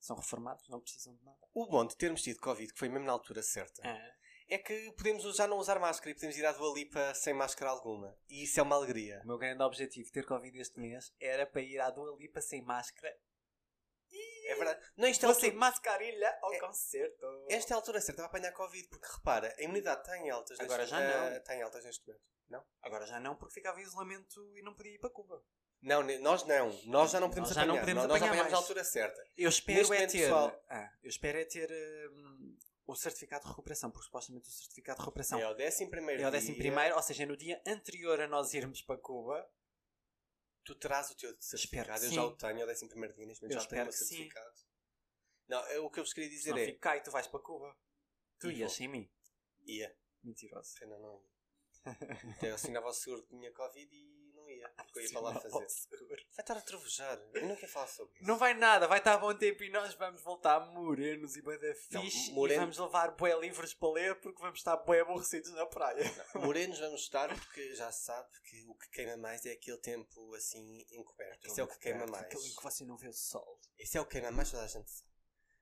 [SPEAKER 3] São reformados, não precisam de nada.
[SPEAKER 2] O bom de termos tido Covid, que foi mesmo na altura certa,
[SPEAKER 3] Ah,
[SPEAKER 2] é que podemos já não usar máscara e podemos ir à Dua Lipa sem máscara alguma. E isso é uma alegria.
[SPEAKER 3] o meu grande objetivo, ter Covid este mês, era para ir à Dua Lipa sem máscara.
[SPEAKER 2] É verdade. Não, isto é
[SPEAKER 3] Estou
[SPEAKER 2] outra-
[SPEAKER 3] sem mascarilha ao
[SPEAKER 2] É-
[SPEAKER 3] concerto.
[SPEAKER 2] Esta é a altura certa para apanhar Covid, porque repara, a imunidade está em altas
[SPEAKER 3] Agora
[SPEAKER 2] neste
[SPEAKER 3] já não.
[SPEAKER 2] eh, Está em altas neste momento. Não?
[SPEAKER 3] Agora já não, porque ficava em isolamento e não podia ir para Cuba.
[SPEAKER 2] Não, ne- nós não. Nós já não podemos
[SPEAKER 3] Nós já
[SPEAKER 2] apanhar.
[SPEAKER 3] não podemos
[SPEAKER 2] nós, nós
[SPEAKER 3] apanhar
[SPEAKER 2] apanhamos
[SPEAKER 3] mais.
[SPEAKER 2] à altura certa.
[SPEAKER 3] Eu espero
[SPEAKER 2] Neste
[SPEAKER 3] é
[SPEAKER 2] momento,
[SPEAKER 3] ter.
[SPEAKER 2] pessoal-
[SPEAKER 3] Ah, eu espero é ter hum, o certificado de recuperação, porque supostamente o certificado de recuperação
[SPEAKER 2] É ao décimo primeiro
[SPEAKER 3] é o
[SPEAKER 2] dia,
[SPEAKER 3] décimo primeiro, ou seja, no dia anterior a nós irmos para Cuba.
[SPEAKER 2] Tu terás o teu certificado.
[SPEAKER 3] que
[SPEAKER 2] Eu
[SPEAKER 3] sim.
[SPEAKER 2] já o tenho ao décimo primeiro dia. Neste momento
[SPEAKER 3] Eu
[SPEAKER 2] já tenho o meu
[SPEAKER 3] espero que sim.
[SPEAKER 2] certificado. Não, eu- o que eu vos queria
[SPEAKER 3] Se não
[SPEAKER 2] dizer é...
[SPEAKER 3] fico cá e tu vais para Cuba. Tu
[SPEAKER 2] E
[SPEAKER 3] ias
[SPEAKER 2] vou.
[SPEAKER 3] sem mim.
[SPEAKER 2] Ia.
[SPEAKER 3] Mentiroso.
[SPEAKER 2] Pena não ia. Então eu assinava o seguro que tinha Covid e não ia. Porque eu ia para lá fazer. Vai estar a trovejar. Eu não quero falar sobre isso.
[SPEAKER 3] Não vai nada, vai estar a bom tempo e nós vamos voltar morenos e bem da
[SPEAKER 2] Não,
[SPEAKER 3] fixe
[SPEAKER 2] moreno-
[SPEAKER 3] e vamos levar bué livros para ler porque vamos estar bué aborrecidos na praia.
[SPEAKER 2] Morenos vamos estar porque já se sabe que o que queima mais é aquele tempo assim encoberto. Isso é o que queima mais.
[SPEAKER 3] Então, Aquilo em que você não vê o sol.
[SPEAKER 2] Isso é o que queima mais, toda a gente sabe.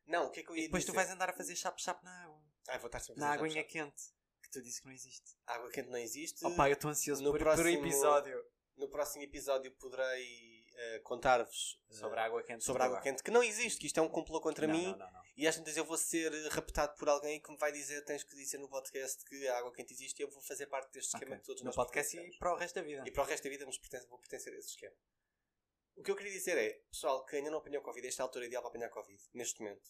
[SPEAKER 2] Não, o que é que eu ia
[SPEAKER 3] E depois tu
[SPEAKER 2] dizer?
[SPEAKER 3] vais andar a fazer chape-chape na água.
[SPEAKER 2] Ah, vou estar sempre a
[SPEAKER 3] Na
[SPEAKER 2] fazer
[SPEAKER 3] aguinha
[SPEAKER 2] chá.
[SPEAKER 3] quente. Que tu disse que não existe.
[SPEAKER 2] Água quente não existe.
[SPEAKER 3] Oh pá, eu estou ansioso
[SPEAKER 2] Eh, No
[SPEAKER 3] por, por
[SPEAKER 2] próximo-
[SPEAKER 3] o episódio.
[SPEAKER 2] No próximo episódio poderei eh, contar-vos eh,
[SPEAKER 3] Sobre a água quente.
[SPEAKER 2] sobre a água quente, que não existe, que isto é um complô contra
[SPEAKER 3] Não,
[SPEAKER 2] mim.
[SPEAKER 3] não, não, não.
[SPEAKER 2] E às vezes eu vou ser raptado por alguém que me vai dizer: tens que dizer no podcast que a água quente existe e eu vou fazer parte deste esquema
[SPEAKER 3] Ok.
[SPEAKER 2] que todos
[SPEAKER 3] No
[SPEAKER 2] nós
[SPEAKER 3] podcast
[SPEAKER 2] pertencemos.
[SPEAKER 3] e para o resto da vida.
[SPEAKER 2] E para o resto da vida nos pertence, vou pertencer a esse esquema. O que eu queria dizer é, pessoal, que ainda não apanhou Covid, esta é a altura ideal para apanhar Covid, neste momento.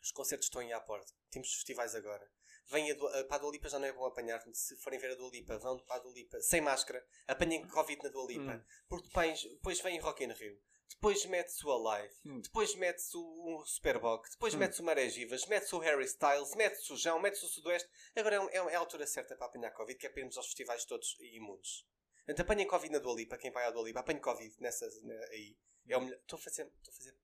[SPEAKER 2] Os concertos estão aí à porta. Temos festivais agora. Venha para a Dua Lipa, já não é bom apanhar. Se forem ver a Dua Lipa, vão para a Dua Lipa sem máscara. Apanhem Covid na Dua Lipa.
[SPEAKER 3] Hum.
[SPEAKER 2] Porque depois, depois vem Rock in Rio. Depois mete-se o Alive.
[SPEAKER 3] Hum.
[SPEAKER 2] Depois mete-se o, o Superbock. Depois
[SPEAKER 3] Hum.
[SPEAKER 2] mete-se o Maré Givas. Mete-se o Harry Styles. Mete-se o João. Mete-se o Sudoeste. Agora é, um- é um- é a altura certa para apanhar Covid, que é para irmos aos festivais todos imunes. Portanto, apanhem Covid na Dua Lipa, quem vai à Dua Lipa, apanhe Covid nessa, na- aí. É o melhor. Estou a fazer. Estou a fazer.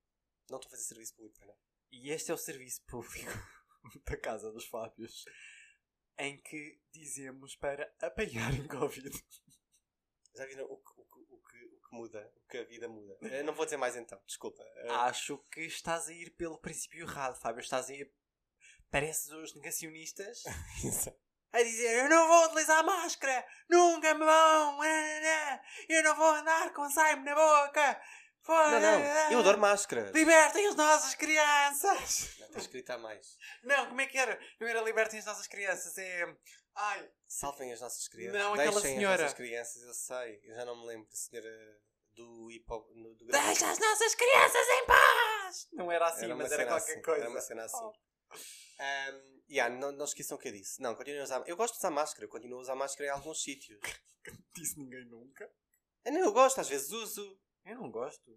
[SPEAKER 2] Não estou a fazer serviço público, não.
[SPEAKER 3] E este é o serviço público da Casa dos Fábios, em que dizemos para apanharem Covid.
[SPEAKER 2] Já viram o que, o, que, o, que, o que muda? O que a vida muda? Eh, não vou dizer mais então, desculpa. Eh,
[SPEAKER 3] Acho que estás a ir pelo princípio errado, Fábio. Estás a ir. Pareces os negacionistas a dizer: Eu não vou utilizar máscara! Nunca me vão! nananã, Eu não vou andar com saime na boca!
[SPEAKER 2] não, não, eu adoro máscaras.
[SPEAKER 3] Libertem as nossas crianças!
[SPEAKER 2] Não, tens que gritar mais.
[SPEAKER 3] Não, como é que era? Não era libertem as nossas crianças, é. Ai,
[SPEAKER 2] Salvem as nossas crianças.
[SPEAKER 3] Não, aquela
[SPEAKER 2] Deixem
[SPEAKER 3] senhora.
[SPEAKER 2] as nossas crianças, eu sei. Eu já não me lembro, a senhora do hip hop. no- Do grande-
[SPEAKER 3] Deixa as nossas crianças em paz! Não era assim,
[SPEAKER 2] uma
[SPEAKER 3] mas era
[SPEAKER 2] cena
[SPEAKER 3] qualquer
[SPEAKER 2] assim,
[SPEAKER 3] coisa.
[SPEAKER 2] Era uma cena assim.
[SPEAKER 3] Oh.
[SPEAKER 2] Ahm, yeah, não, não esqueçam o que eu disse. Não, continuem a usar. Eu gosto de usar máscara, eu continuo a usar máscara em alguns sítios.
[SPEAKER 3] Disse ninguém nunca.
[SPEAKER 2] Ah, não, eu gosto, às vezes uso.
[SPEAKER 3] Eu não gosto.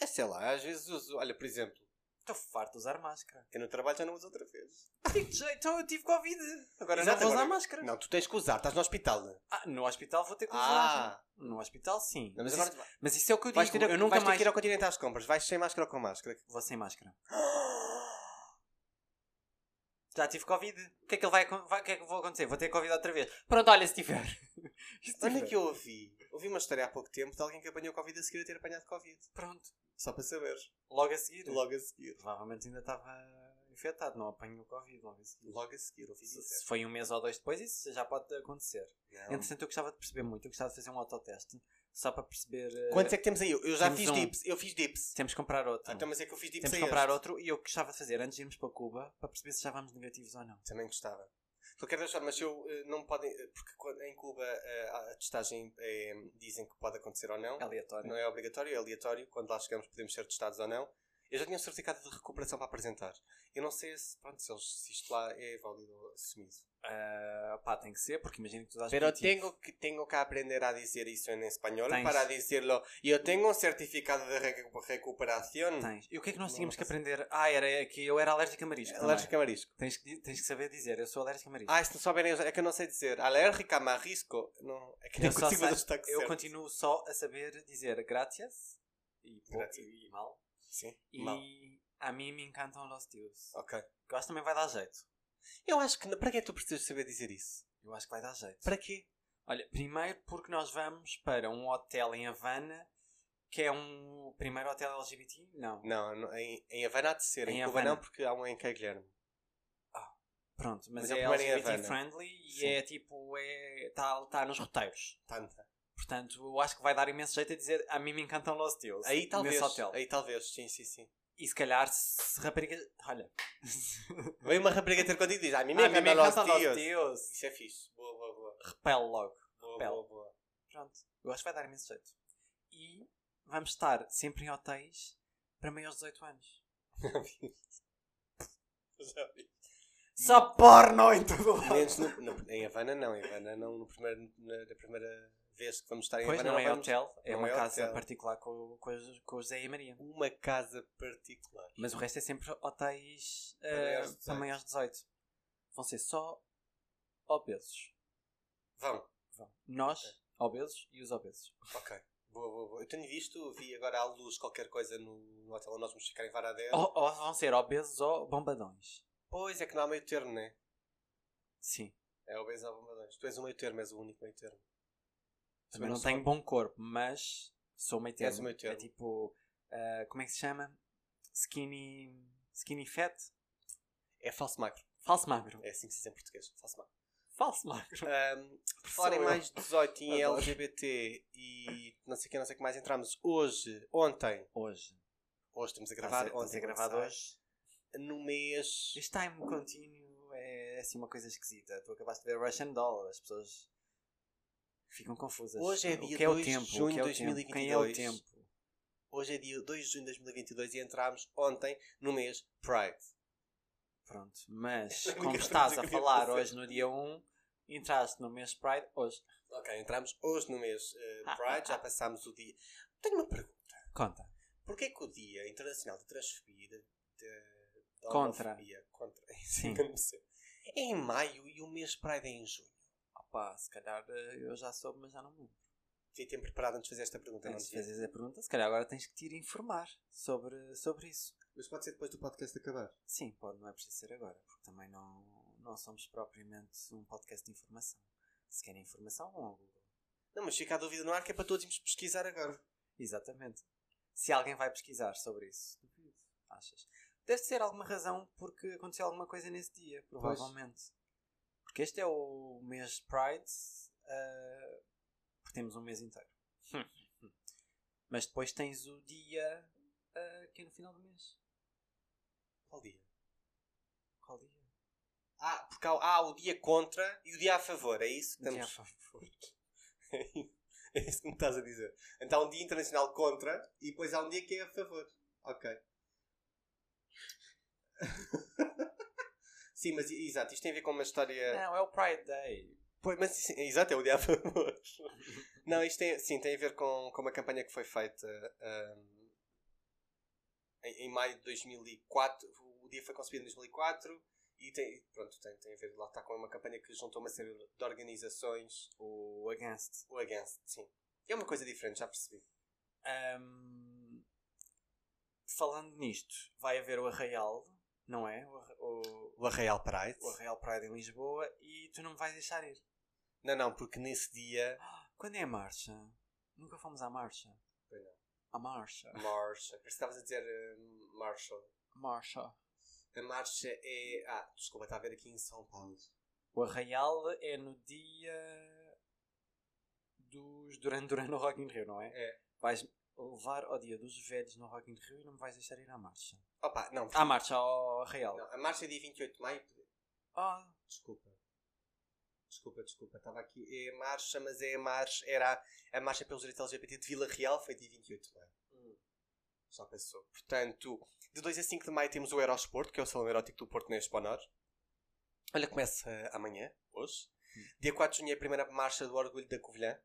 [SPEAKER 2] É, sei lá, às vezes uso. Olha, por exemplo,
[SPEAKER 3] Estou farto de usar máscara.
[SPEAKER 2] eu no trabalho já não uso outra vez.
[SPEAKER 3] Digo jeito, então eu tive Covid. Agora
[SPEAKER 2] Exato,
[SPEAKER 3] não vou
[SPEAKER 2] agora-
[SPEAKER 3] usar máscara.
[SPEAKER 2] Não, tu tens que usar, estás no hospital.
[SPEAKER 3] Ah, no hospital vou ter que usar.
[SPEAKER 2] Ah,
[SPEAKER 3] No hospital sim.
[SPEAKER 2] não, mas
[SPEAKER 3] mas,
[SPEAKER 2] agora
[SPEAKER 3] isso, mas isso é o que eu
[SPEAKER 2] vais
[SPEAKER 3] digo.
[SPEAKER 2] ter, a-
[SPEAKER 3] eu nunca
[SPEAKER 2] vais ter
[SPEAKER 3] mais
[SPEAKER 2] que ir ao continente às compras. Vais sem máscara ou com máscara?
[SPEAKER 3] vou sem máscara. Já tive Covid. O que é que ele vai, acon- vai- o que é que vou acontecer? Vou ter Covid outra vez. Pronto, olha, se tiver. Se
[SPEAKER 2] Onde é
[SPEAKER 3] tiver.
[SPEAKER 2] que eu ouvi? Ouvi uma história há pouco tempo de alguém que apanhou Covid a seguir a ter apanhado Covid.
[SPEAKER 3] Pronto.
[SPEAKER 2] Só para saber.
[SPEAKER 3] Logo a seguir.
[SPEAKER 2] Logo a seguir.
[SPEAKER 3] Provavelmente ainda estava infectado, não apanho o Covid logo a seguir.
[SPEAKER 2] Logo a seguir, ouvi
[SPEAKER 3] Se
[SPEAKER 2] dizer.
[SPEAKER 3] se foi um mês ou dois depois, isso já pode acontecer.
[SPEAKER 2] Não.
[SPEAKER 3] Entretanto, eu gostava de perceber muito, eu gostava de fazer um autoteste só para perceber. eh,
[SPEAKER 2] Quantos é que temos aí? Eu já
[SPEAKER 3] temos
[SPEAKER 2] fiz
[SPEAKER 3] um.
[SPEAKER 2] dips. Eu fiz dips.
[SPEAKER 3] Temos que comprar outro.
[SPEAKER 2] Ah, então, mas é que eu fiz dips
[SPEAKER 3] temos
[SPEAKER 2] a
[SPEAKER 3] que comprar
[SPEAKER 2] este.
[SPEAKER 3] outro e eu gostava de fazer antes de irmos para Cuba para perceber se já vamos negativos ou não.
[SPEAKER 2] Também gostava. De qualquer das formas, eu eh, não podem. eh, Porque quando- em Cuba eh, a a testagem eh, dizem que pode acontecer ou não.
[SPEAKER 3] É aleatório.
[SPEAKER 2] Não é obrigatório, é aleatório. Quando lá chegamos podemos ser testados ou não. Eu já tinha um certificado de recuperação para apresentar. Eu não sei se, pronto, se, eles, se isto lá é válido ou assumido.
[SPEAKER 3] Ah, pá, tem que ser, porque imagina que tu dás
[SPEAKER 2] Pero
[SPEAKER 3] positivo.
[SPEAKER 2] tengo que, tengo que aprender a decir isso em espanhol
[SPEAKER 3] Tens.
[SPEAKER 2] para dizerlo. Eu tenho um certificado de recu- recuperação.
[SPEAKER 3] Tens. E o que é que nós
[SPEAKER 2] Não,
[SPEAKER 3] tínhamos
[SPEAKER 2] não
[SPEAKER 3] que
[SPEAKER 2] faço.
[SPEAKER 3] aprender? Ah, era que eu era alérgico a marisco. também.
[SPEAKER 2] Alérgico a marisco.
[SPEAKER 3] Tens, que, di- tens que saber dizer, eu sou alérgico a marisco.
[SPEAKER 2] Ah, se não souberem, é que eu não sei dizer. Alérgica a marisco. Não, é que nem
[SPEAKER 3] Eu só
[SPEAKER 2] consigo
[SPEAKER 3] sei-
[SPEAKER 2] fazer o sotaque
[SPEAKER 3] eu
[SPEAKER 2] certo.
[SPEAKER 3] continuo só a saber dizer gracias e, pouco
[SPEAKER 2] Gracias.
[SPEAKER 3] e mal.
[SPEAKER 2] Sim,
[SPEAKER 3] E
[SPEAKER 2] mal.
[SPEAKER 3] a mim me encantam los tios.
[SPEAKER 2] Ok.
[SPEAKER 3] Eu acho que também vai dar jeito.
[SPEAKER 2] Eu acho que. não- Para que é que tu precisas saber dizer isso?
[SPEAKER 3] Eu acho que vai dar jeito.
[SPEAKER 2] Para quê?
[SPEAKER 3] Olha, primeiro porque nós vamos para um hotel em Havana, que é um o primeiro hotel LGBT? Não.
[SPEAKER 2] Não, não- em, em Havana há de ser. Em,
[SPEAKER 3] Em
[SPEAKER 2] Cuba
[SPEAKER 3] Havana.
[SPEAKER 2] não, porque há um em Cai Guilherme.
[SPEAKER 3] Pronto, mas,
[SPEAKER 2] Mas é
[SPEAKER 3] é
[SPEAKER 2] o primeiro em
[SPEAKER 3] LGBT
[SPEAKER 2] Havana.
[SPEAKER 3] friendly e
[SPEAKER 2] Sim.
[SPEAKER 3] é tipo, é tá, tá nos roteiros.
[SPEAKER 2] Tanta.
[SPEAKER 3] Portanto, eu acho que vai dar imenso jeito a dizer a mim me encantam los tios.
[SPEAKER 2] Aí talvez.
[SPEAKER 3] Nesse hotel.
[SPEAKER 2] Aí talvez, sim, sim, sim.
[SPEAKER 3] E se calhar, se raparigas. Olha.
[SPEAKER 2] Vem uma rapariga ter contigo e diz: A mim me
[SPEAKER 3] Ah, a mim me
[SPEAKER 2] encantam
[SPEAKER 3] encantam
[SPEAKER 2] los
[SPEAKER 3] los
[SPEAKER 2] tios.
[SPEAKER 3] tios.
[SPEAKER 2] Isso é fixe. Boa, boa, boa.
[SPEAKER 3] Repele logo.
[SPEAKER 2] Boa,
[SPEAKER 3] Pele.
[SPEAKER 2] boa, boa.
[SPEAKER 3] Pronto. Eu acho que vai dar imenso jeito. E vamos estar sempre em hotéis para maiores de 18 anos.
[SPEAKER 2] Já vi.
[SPEAKER 3] Só porno em todo lado.
[SPEAKER 2] Hum. Menos no- no- em Havana não, em Havana não, no primeiro, na, na primeira vez que vamos estar em
[SPEAKER 3] Pois
[SPEAKER 2] Havana
[SPEAKER 3] não é
[SPEAKER 2] vamos-
[SPEAKER 3] hotel, é
[SPEAKER 2] não
[SPEAKER 3] uma
[SPEAKER 2] é
[SPEAKER 3] casa
[SPEAKER 2] hotel.
[SPEAKER 3] particular com, com, os- com o Zé e a Maria.
[SPEAKER 2] Uma casa particular.
[SPEAKER 3] Mas o resto é sempre hotéis eh,
[SPEAKER 2] maiores de 18.
[SPEAKER 3] para maiores de 18. Vão ser só obesos.
[SPEAKER 2] Vão,
[SPEAKER 3] Vão. Nós, obesos e os obesos.
[SPEAKER 2] ok. Boa, boa, boa. Eu tenho visto, vi agora à luz qualquer coisa no, no hotel onde nós vamos ficar em Varadero.
[SPEAKER 3] Ou, ou vão ser obesos ou bombadões.
[SPEAKER 2] Pois é que não há meio termo, né?
[SPEAKER 3] Sim.
[SPEAKER 2] É o Benz Bombadões. Tu és o meio termo, és o único meio termo.
[SPEAKER 3] Também
[SPEAKER 2] Eu
[SPEAKER 3] não
[SPEAKER 2] sou-
[SPEAKER 3] tenho bom corpo, mas sou meio
[SPEAKER 2] És
[SPEAKER 3] termo.
[SPEAKER 2] o meio termo.
[SPEAKER 3] É tipo, ah, como é que se chama? Skinny, skinny fat?
[SPEAKER 2] É falso magro.
[SPEAKER 3] Falso magro.
[SPEAKER 2] É assim que se diz em português. Falso magro.
[SPEAKER 3] Falso magro.
[SPEAKER 2] Ahm, por falar em
[SPEAKER 3] Sou eu.
[SPEAKER 2] mais 18 em
[SPEAKER 3] Adoro.
[SPEAKER 2] LGBT e não sei o que, não sei o que mais entramos hoje, ontem.
[SPEAKER 3] Hoje.
[SPEAKER 2] Hoje estamos a gravar.
[SPEAKER 3] Está Ah, a ser
[SPEAKER 2] ontem,
[SPEAKER 3] gravado
[SPEAKER 2] quando sai.
[SPEAKER 3] hoje.
[SPEAKER 2] no mês.
[SPEAKER 3] Este time contínuo é assim uma coisa esquisita. Tu acabaste de ver Russian Doll, as pessoas ficam confusas.
[SPEAKER 2] Hoje é
[SPEAKER 3] O
[SPEAKER 2] dia
[SPEAKER 3] que é o
[SPEAKER 2] 2 de
[SPEAKER 3] tempo? O
[SPEAKER 2] junho
[SPEAKER 3] que é o
[SPEAKER 2] de
[SPEAKER 3] tempo? Quem é o
[SPEAKER 2] 2022?
[SPEAKER 3] tempo?
[SPEAKER 2] Hoje é dia 2 de junho de 2022 e entramos ontem no mês Pride.
[SPEAKER 3] Pronto, mas
[SPEAKER 2] É a única
[SPEAKER 3] como
[SPEAKER 2] coisa
[SPEAKER 3] estás
[SPEAKER 2] que
[SPEAKER 3] a
[SPEAKER 2] eu queria
[SPEAKER 3] falar
[SPEAKER 2] fazer.
[SPEAKER 3] hoje no dia 1, entraste no mês Pride hoje.
[SPEAKER 2] Ok, entramos hoje no mês eh,
[SPEAKER 3] Ah,
[SPEAKER 2] Pride,
[SPEAKER 3] ah,
[SPEAKER 2] já
[SPEAKER 3] ah.
[SPEAKER 2] passámos o dia. Tenho uma pergunta.
[SPEAKER 3] Conta.
[SPEAKER 2] Porquê que o Dia Internacional de Transfobia de, de, de
[SPEAKER 3] Contra.
[SPEAKER 2] homofobia, contra
[SPEAKER 3] Sim.
[SPEAKER 2] engano-me sempre, é em maio e o mês Pride é em junho?
[SPEAKER 3] Opa, se calhar eh, eu já soube, mas já não me lembro.
[SPEAKER 2] Devia ter preparado antes de fazer esta pergunta, não
[SPEAKER 3] Antes de
[SPEAKER 2] devia.
[SPEAKER 3] fazeres a pergunta, Então, se calhar agora tens que te ir informar sobre, sobre isso.
[SPEAKER 2] Mas pode ser depois do podcast acabar.
[SPEAKER 3] Sim, pode, não é preciso ser agora, porque também não, não somos propriamente um podcast de informação. Se querem informação, vão ao Google.
[SPEAKER 2] Não, mas fica a dúvida no ar que é para todos irmos pesquisar agora.
[SPEAKER 3] Exatamente. Se alguém vai pesquisar sobre isso, achas? Deve ser alguma razão porque aconteceu alguma coisa nesse dia, provavelmente. Porque este é o mês Pride, ah, porque temos um mês inteiro. Mas depois tens o dia ah, que é no final do mês.
[SPEAKER 2] Qual dia?
[SPEAKER 3] Qual dia?
[SPEAKER 2] Ah, porque há, há o dia contra e o dia a favor, é isso que
[SPEAKER 3] Dia a
[SPEAKER 2] estamos...
[SPEAKER 3] favor.
[SPEAKER 2] É isso que me estás a dizer. Então há um dia internacional contra e depois há um dia que é a favor. Ok. Sim, mas i- exato, isto tem a ver com uma história.
[SPEAKER 3] Não, é o Pride Day.
[SPEAKER 2] Pois, mas sim, exato, é o dia a favor. Não, isto tem, sim, tem a ver com, com uma campanha que foi feita ahm, em, em maio de 2004. O dia foi concebido em 2004 e tem, pronto, tem, tem a ver lá está com uma campanha que juntou uma série de organizações
[SPEAKER 3] O Against.
[SPEAKER 2] o Against, sim. É uma coisa diferente, já percebi.
[SPEAKER 3] Ahm, falando nisto, vai haver o Arraial, não é? O, Arra- o-
[SPEAKER 2] O Arraial Pride?
[SPEAKER 3] o Arraial Pride em Lisboa e tu não me vais deixar ir.
[SPEAKER 2] Não, não, porque nesse dia.
[SPEAKER 3] Quando é a marcha? Nunca fomos à marcha.
[SPEAKER 2] Pois não.
[SPEAKER 3] A marcha.
[SPEAKER 2] Marcha. Parece que estavas a dizer hum, Marshall.
[SPEAKER 3] Marcha.
[SPEAKER 2] A marcha é. Ah, desculpa, está a ver aqui em São Paulo.
[SPEAKER 3] O Arraial é no dia dos Duran Duran no Rock in Rio, não é?
[SPEAKER 2] É.
[SPEAKER 3] Vais levar ao dia dos velhos no Rock in Rio e não me vais deixar ir à marcha.
[SPEAKER 2] Opa, não,
[SPEAKER 3] À marcha, ao Real.
[SPEAKER 2] não. A marcha é dia 28 de maio.
[SPEAKER 3] Ah,
[SPEAKER 2] Desculpa. Desculpa, desculpa. Estava aqui. É a marcha, mas é a marcha. Era a- a marcha pelos direitos LGBT de Vila Real, foi dia 28 de maio. é?
[SPEAKER 3] Hum.
[SPEAKER 2] Só pensou. Portanto, de 2 a 5 de maio temos o Erosporto, que é o Salão Erótico do Porto na Exponor. Olha, começa amanhã, hoje.
[SPEAKER 3] Hum.
[SPEAKER 2] Dia 4 de junho é a primeira marcha do Orgulho da Covilhã.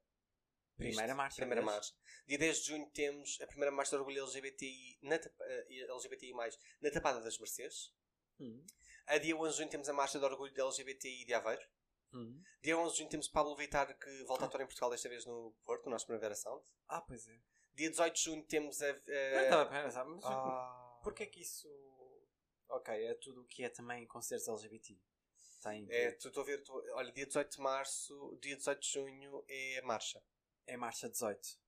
[SPEAKER 3] Primeira
[SPEAKER 2] Isto,
[SPEAKER 3] marcha,
[SPEAKER 2] Primeira
[SPEAKER 3] vês?
[SPEAKER 2] marcha. Dia 10 de junho temos a primeira marcha do Orgulho LGBTI, na, Tap- eh, LGBTI+, na Tapada das Mercês.
[SPEAKER 3] Hum.
[SPEAKER 2] A dia 11 de junho temos a marcha do Orgulho da LGBTI de Aveiro.
[SPEAKER 3] Hum.
[SPEAKER 2] Dia 11 de junho temos Pablo Vittar que volta a atuar em Portugal, desta vez no Porto, no nosso Primavera Sound.
[SPEAKER 3] Ah, pois é.
[SPEAKER 2] Dia 18 de junho temos a.
[SPEAKER 3] Eu
[SPEAKER 2] a-
[SPEAKER 3] estava a pensar, mas
[SPEAKER 2] Ah.
[SPEAKER 3] porquê é que isso... Ok, é tudo o que é também concertos LGBT. Tem...
[SPEAKER 2] É,
[SPEAKER 3] É...
[SPEAKER 2] tu- estou a ver. tu- olha, dia 18 de março, dia 18 de junho é a marcha.
[SPEAKER 3] marcha 18.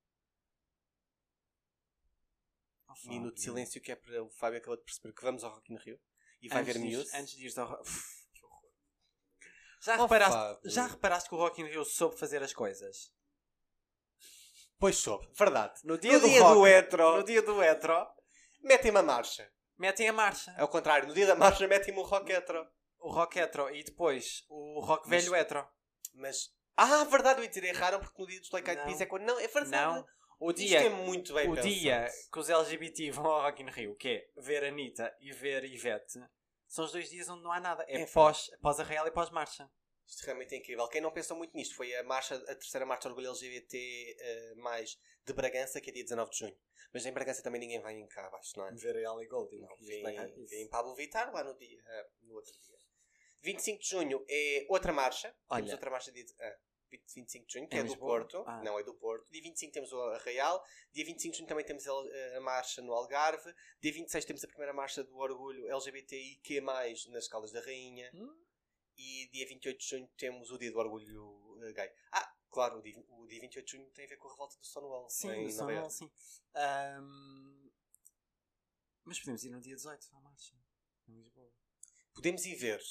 [SPEAKER 3] Oh, Fábio.
[SPEAKER 2] Minuto de silêncio que é para o Fábio acabou de perceber que vamos ao Rock in Rio e vai
[SPEAKER 3] Antes
[SPEAKER 2] ver
[SPEAKER 3] de ires-
[SPEAKER 2] Muse.
[SPEAKER 3] Antes de ires ao... Ro- Que horror. Já
[SPEAKER 2] Oh,
[SPEAKER 3] reparaste,
[SPEAKER 2] Fábio.
[SPEAKER 3] já reparaste que o Rock in Rio soube fazer as coisas?
[SPEAKER 2] Pois soube, verdade.
[SPEAKER 3] No
[SPEAKER 2] dia do rock,
[SPEAKER 3] hetero.
[SPEAKER 2] no
[SPEAKER 3] No dia do hetero.
[SPEAKER 2] Metem-me a marcha.
[SPEAKER 3] Metem a marcha.
[SPEAKER 2] Ao contrário, no dia da marcha metem-me o rock hetero.
[SPEAKER 3] O rock hetero e depois o rock
[SPEAKER 2] Mas-
[SPEAKER 3] velho hetero.
[SPEAKER 2] Mas. Ah, verdade, eu ia dizer, erraram porque no dia dos Black Eyed
[SPEAKER 3] Não.
[SPEAKER 2] Peas é quando. Não, é verdade.
[SPEAKER 3] Não. O
[SPEAKER 2] Isto
[SPEAKER 3] dia,
[SPEAKER 2] é muito bem
[SPEAKER 3] o
[SPEAKER 2] pensado.
[SPEAKER 3] dia que os LGBT vão ao Rock in Rio, que é ver a Anitta e ver a Ivete, são os dois dias onde não há nada. É,
[SPEAKER 2] É,
[SPEAKER 3] pós, pós a Real e pós marcha.
[SPEAKER 2] Isto realmente é incrível. Quem não pensou muito nisto foi a marcha, a terceira marcha do orgulho LGBT eh, mais de Bragança, que é dia 19 de junho. Mas em Bragança também ninguém vai em cá abaixo, não é?
[SPEAKER 3] Ver a Ellie Golding.
[SPEAKER 2] Não, vem, vem Pablo Vittar lá no dia, ah, no outro dia. 25 de junho é outra marcha. Temos
[SPEAKER 3] Olha.
[SPEAKER 2] outra marcha dia ah, 20 25 de junho, que
[SPEAKER 3] Em
[SPEAKER 2] é do
[SPEAKER 3] Lisboa?
[SPEAKER 2] Porto.
[SPEAKER 3] Ah.
[SPEAKER 2] Não, é do Porto. Dia 25 temos o Arraial. Dia 25 de junho também temos a, a marcha no Algarve. Dia 26 temos a primeira marcha do Orgulho LGBTIQ+, nas Caldas da Rainha.
[SPEAKER 3] Hum.
[SPEAKER 2] E dia 28 de junho temos o Dia do Orgulho eh, Gay. Ah, claro, o dia, o dia 28 de junho tem a ver com a revolta do Stonewall. em
[SPEAKER 3] Sim, do
[SPEAKER 2] Nova
[SPEAKER 3] Stonewall,
[SPEAKER 2] Iorque.
[SPEAKER 3] sim. Ahm, Mas podemos ir no dia 18 à marcha. Em Lisboa.
[SPEAKER 2] Podemos ir ver.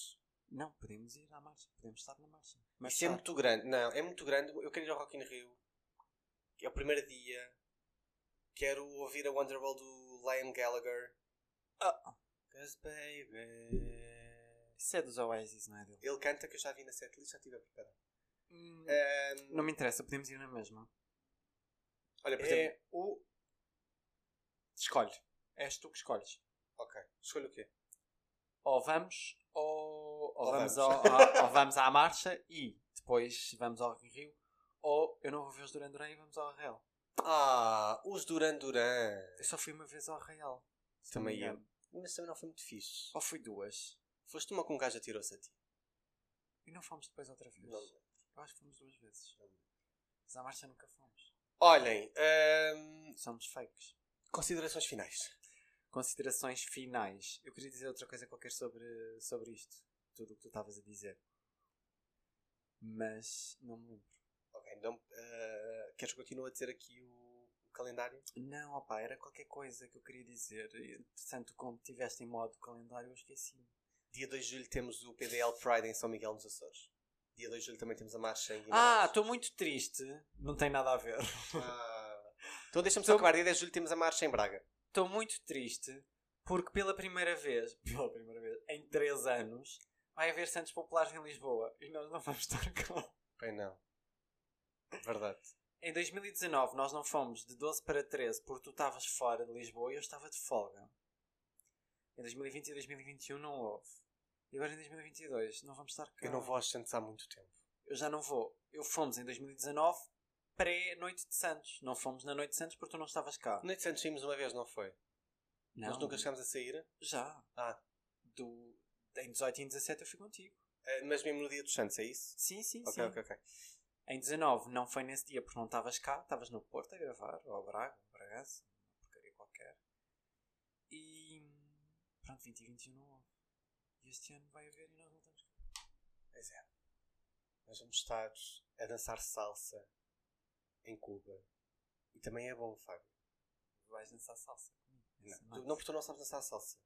[SPEAKER 3] Não, podemos ir à marcha. Podemos estar na marcha.
[SPEAKER 2] Mas
[SPEAKER 3] Mas
[SPEAKER 2] Isso é
[SPEAKER 3] estar-
[SPEAKER 2] muito grande. Não, é muito grande. Eu quero ir ao Rock in Rio. É o primeiro dia. Quero ouvir a Wonderwall do Liam Gallagher.
[SPEAKER 3] Ah.
[SPEAKER 2] 'Cause baby...
[SPEAKER 3] Isso é dos Oasis, não é dele? Hum,
[SPEAKER 2] Ele canta que eu já vi na setlist, já estive a preparar. É. Ahm, é-
[SPEAKER 3] Não me interessa, podemos ir na mesma.
[SPEAKER 2] olha, por exemplo...
[SPEAKER 3] o. Escolhe. És tu que escolhes.
[SPEAKER 2] Ok. Escolha o quê?
[SPEAKER 3] Ou vamos, ou, ou
[SPEAKER 2] Ou
[SPEAKER 3] vamos,
[SPEAKER 2] vamos.
[SPEAKER 3] ao- a- ou vamos à marcha e depois vamos ao Rock in Rio. Ou eu não vou ver os Duran Duran e vamos ao Arraial.
[SPEAKER 2] Ah, os Duran Duran.
[SPEAKER 3] Eu só fui uma vez ao Arraial. se não me
[SPEAKER 2] Também eu. Oh.
[SPEAKER 3] engano.
[SPEAKER 2] Mas também não foi muito fixe.
[SPEAKER 3] Ou fui duas.
[SPEAKER 2] Foste uma com um gajo atirou-se a ti.
[SPEAKER 3] E não fomos depois outra vez.
[SPEAKER 2] Não.
[SPEAKER 3] Eu acho que fomos duas vezes. Mas à marcha nunca fomos.
[SPEAKER 2] Olhem, ahm,
[SPEAKER 3] Somos fakes.
[SPEAKER 2] considerações finais.
[SPEAKER 3] considerações finais. Eu queria dizer outra coisa qualquer sobre, sobre isto, tudo o que tu estavas a dizer. Mas não me lembro.
[SPEAKER 2] Ok, então ah, queres que eu continue a dizer aqui o, o calendário?
[SPEAKER 3] Não, opá, era qualquer coisa que eu queria dizer. Entretanto, como estiveste em modo calendário, eu esqueci.
[SPEAKER 2] Dia 2 de julho temos o PDL Pride em São Miguel nos Açores. Dia 2 de julho também temos a marcha em
[SPEAKER 3] Ah,
[SPEAKER 2] Guimarães.
[SPEAKER 3] estou muito triste. Não tem nada a ver.
[SPEAKER 2] Ah. Então deixa-me só acabar. Dia 10 de julho temos a marcha em Braga.
[SPEAKER 3] Estou muito triste porque pela primeira vez, pela primeira vez, em 3 anos, vai haver Santos Populares em Lisboa e nós não vamos estar cá.
[SPEAKER 2] Bem, não. Verdade.
[SPEAKER 3] Em 2019 nós não fomos de 12 para 13 porque tu estavas fora de Lisboa e eu estava de folga. Em 2020 e 2021 não houve. E agora em 2022 não vamos estar cá.
[SPEAKER 2] Eu não vou aos Santos há muito tempo.
[SPEAKER 3] Eu já não vou. Eu fomos em 2019 pré-Noite de Santos. Não fomos na Noite de Santos porque tu não estavas cá.
[SPEAKER 2] Noite de Santos saímos uma vez, não foi?
[SPEAKER 3] Não.
[SPEAKER 2] Nós nunca chegámos a sair.
[SPEAKER 3] Já.
[SPEAKER 2] Ah.
[SPEAKER 3] Do... Em 18 e em 17 eu fui contigo.
[SPEAKER 2] Ah, mas mesmo no dia dos Santos, é isso?
[SPEAKER 3] Sim, sim,
[SPEAKER 2] Ok,
[SPEAKER 3] sim.
[SPEAKER 2] ok, ok.
[SPEAKER 3] Em 19 não foi nesse dia porque não estavas cá, estavas no Porto a gravar, ou a Braga, ou a Bragança, uma porcaria qualquer. E pronto, 20 e 21 não houve. E este ano vai haver e nós não estamos cá.
[SPEAKER 2] Pois é. Nós vamos estar a dançar salsa em Cuba. E também é bom, Fábio.
[SPEAKER 3] Vais dançar salsa.
[SPEAKER 2] Não,
[SPEAKER 3] Essa
[SPEAKER 2] tu,
[SPEAKER 3] noite.
[SPEAKER 2] não porque tu não sabes dançar salsa.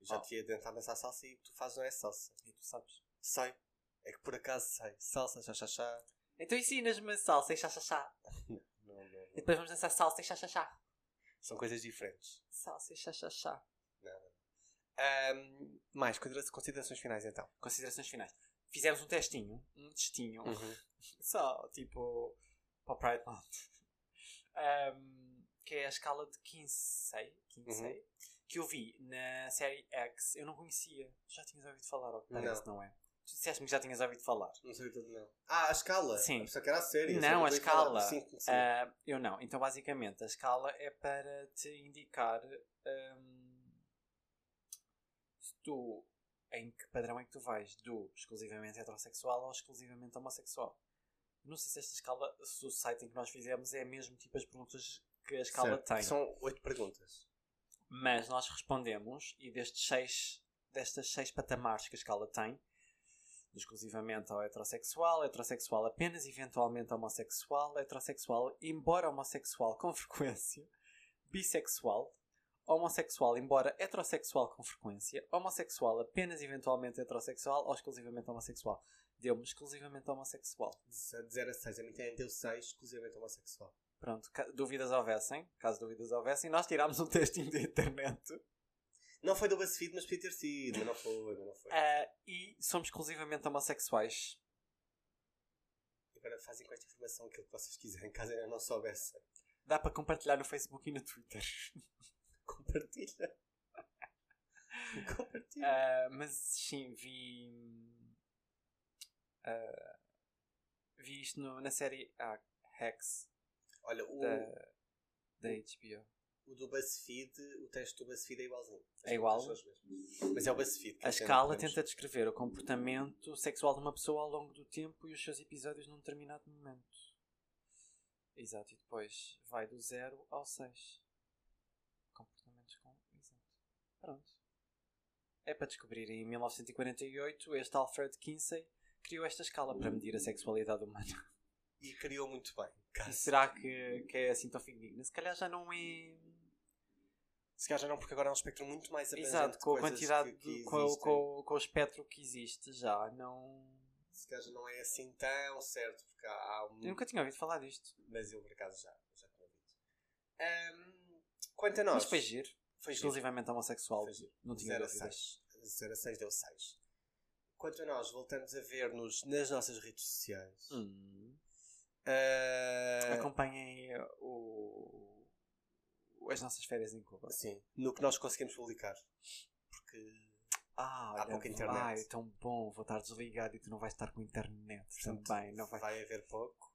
[SPEAKER 2] Eu já
[SPEAKER 3] Oh.
[SPEAKER 2] te ia tentar dançar salsa e o que tu fazes não é salsa.
[SPEAKER 3] E tu sabes.
[SPEAKER 2] Sei. É que por acaso sei. Salsa, chá, chá, chá.
[SPEAKER 3] Então ensinas-me salsa e chá-chá-chá.
[SPEAKER 2] Não, não, não.
[SPEAKER 3] E depois vamos dançar salsa e chá-chá-chá.
[SPEAKER 2] São coisas diferentes.
[SPEAKER 3] Salsa e chá-chá-chá.
[SPEAKER 2] Ahm, mais, considera- considerações finais então.
[SPEAKER 3] Considerações finais. Fizemos um testinho. Um testinho. Só, tipo, para o Pride Month. Ahm, que é a escala de 15,
[SPEAKER 2] Uhum.
[SPEAKER 3] que eu vi na série X. Eu não conhecia. Já tinhas ouvido falar, ou parece, não, é? Tu disseste-me que já tinhas ouvido falar.
[SPEAKER 2] Não sei tudo, não. Ah, a escala?
[SPEAKER 3] Sim.
[SPEAKER 2] Eu pensava que era a série.
[SPEAKER 3] Não,
[SPEAKER 2] eu sei
[SPEAKER 3] a
[SPEAKER 2] que eu tenho
[SPEAKER 3] escala.
[SPEAKER 2] falado. Sim, sim.
[SPEAKER 3] Ah, eu não. Então, basicamente, a escala é para te indicar ahm, se tu, em que padrão é que tu vais, do exclusivamente heterossexual ao exclusivamente homossexual. Não sei se esta escala, se o site em que nós fizemos é mesmo tipo as perguntas que a escala
[SPEAKER 2] Certo.
[SPEAKER 3] tem.
[SPEAKER 2] São oito perguntas.
[SPEAKER 3] Mas nós respondemos, e destes seis, destas seis patamares que a escala tem, exclusivamente ao heterossexual, heterossexual apenas, eventualmente homossexual, heterossexual, embora homossexual com frequência, bissexual, homossexual, embora heterossexual com frequência, homossexual apenas, eventualmente heterossexual ou exclusivamente homossexual. Deu-me exclusivamente homossexual.
[SPEAKER 2] De 0 a 6. A mim tem deu 6, exclusivamente homossexual.
[SPEAKER 3] Pronto, ca- dúvidas houvessem, caso dúvidas houvessem, nós tirámos um textinho da internet
[SPEAKER 2] Não foi do BuzzFeed, mas podia ter sido. Mas não foi, mas não foi.
[SPEAKER 3] Ah, e somos exclusivamente homossexuais.
[SPEAKER 2] Agora fazem com esta informação aquilo que vocês quiserem, caso ainda não soubessem.
[SPEAKER 3] Dá para compartilhar no Facebook e no Twitter.
[SPEAKER 2] Compartilha. Compartilha.
[SPEAKER 3] Ah, mas sim, vi. ah, vi isto no- na série ah, Hex
[SPEAKER 2] Olha, o,
[SPEAKER 3] da, da HBO.
[SPEAKER 2] o do BuzzFeed, o teste do BuzzFeed é igualzinho.
[SPEAKER 3] É igual?
[SPEAKER 2] As pessoas mesmas. Mas é o BuzzFeed. que
[SPEAKER 3] A
[SPEAKER 2] entende,
[SPEAKER 3] escala
[SPEAKER 2] temos-
[SPEAKER 3] tenta descrever o comportamento sexual de uma pessoa ao longo do tempo e os seus episódios num determinado momento. Exato, e depois vai do 0 ao 6. Comportamentos com. Exato. Pronto. É para descobrir. Em 1948, este Alfred Kinsey criou esta escala para medir a sexualidade humana.
[SPEAKER 2] E criou muito bem.
[SPEAKER 3] E
[SPEAKER 2] Caso.
[SPEAKER 3] será que, que é assim tão fidedigna? Se calhar já não é.
[SPEAKER 2] Se calhar já não, porque agora é um espectro muito mais abrangente.
[SPEAKER 3] Exato,
[SPEAKER 2] de
[SPEAKER 3] com a
[SPEAKER 2] coisas
[SPEAKER 3] quantidade,
[SPEAKER 2] que- que
[SPEAKER 3] de- com, o-
[SPEAKER 2] existem.
[SPEAKER 3] com, o- com o espectro que existe, já não.
[SPEAKER 2] Se calhar já não é assim tão certo, porque há, há um...
[SPEAKER 3] Eu nunca tinha ouvido falar disto.
[SPEAKER 2] Mas eu, por acaso, já, já tinha dito. Ahm, quanto a nós...
[SPEAKER 3] Mas foi giro.
[SPEAKER 2] Foi giro.
[SPEAKER 3] Exclusivamente homossexual.
[SPEAKER 2] Foi giro.
[SPEAKER 3] Não tinha
[SPEAKER 2] 0 a
[SPEAKER 3] dúvidas.
[SPEAKER 2] 6. 0 a 6 deu 6. Quanto a nós, voltamos a ver-nos nas nossas redes sociais.
[SPEAKER 3] Hum.
[SPEAKER 2] Ah,
[SPEAKER 3] Acompanhem eh, o... o- as nossas férias em Cuba.
[SPEAKER 2] Sim, no que nós conseguimos publicar. Porque,
[SPEAKER 3] Ah,
[SPEAKER 2] Há
[SPEAKER 3] olha,
[SPEAKER 2] pouca internet.
[SPEAKER 3] Ai, tão bom. Vou estar desligado e tu não vais estar com internet
[SPEAKER 2] portanto,
[SPEAKER 3] também. Não vai...
[SPEAKER 2] haver pouco.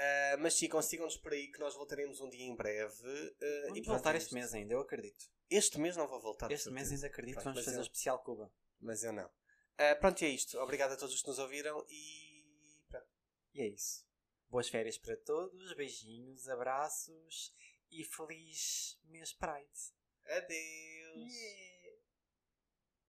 [SPEAKER 2] Ah, mas sim, consigam-nos por aí que nós voltaremos um dia em breve. ah,
[SPEAKER 3] Vamos
[SPEAKER 2] e
[SPEAKER 3] voltar
[SPEAKER 2] pronto,
[SPEAKER 3] este mês ainda, eu acredito.
[SPEAKER 2] Este mês não vou voltar. de
[SPEAKER 3] Este mês
[SPEAKER 2] certeza.
[SPEAKER 3] ainda acredito.
[SPEAKER 2] Pronto,
[SPEAKER 3] Vamos
[SPEAKER 2] mas
[SPEAKER 3] fazer
[SPEAKER 2] eu-
[SPEAKER 3] um especial Cuba.
[SPEAKER 2] Mas eu não. Ah, pronto, e é isto. Obrigado a todos os que nos ouviram e. pronto.
[SPEAKER 3] E é isso. Boas férias para todos. Beijinhos, abraços e feliz mês Pride.
[SPEAKER 2] Adeus!
[SPEAKER 3] Yeah.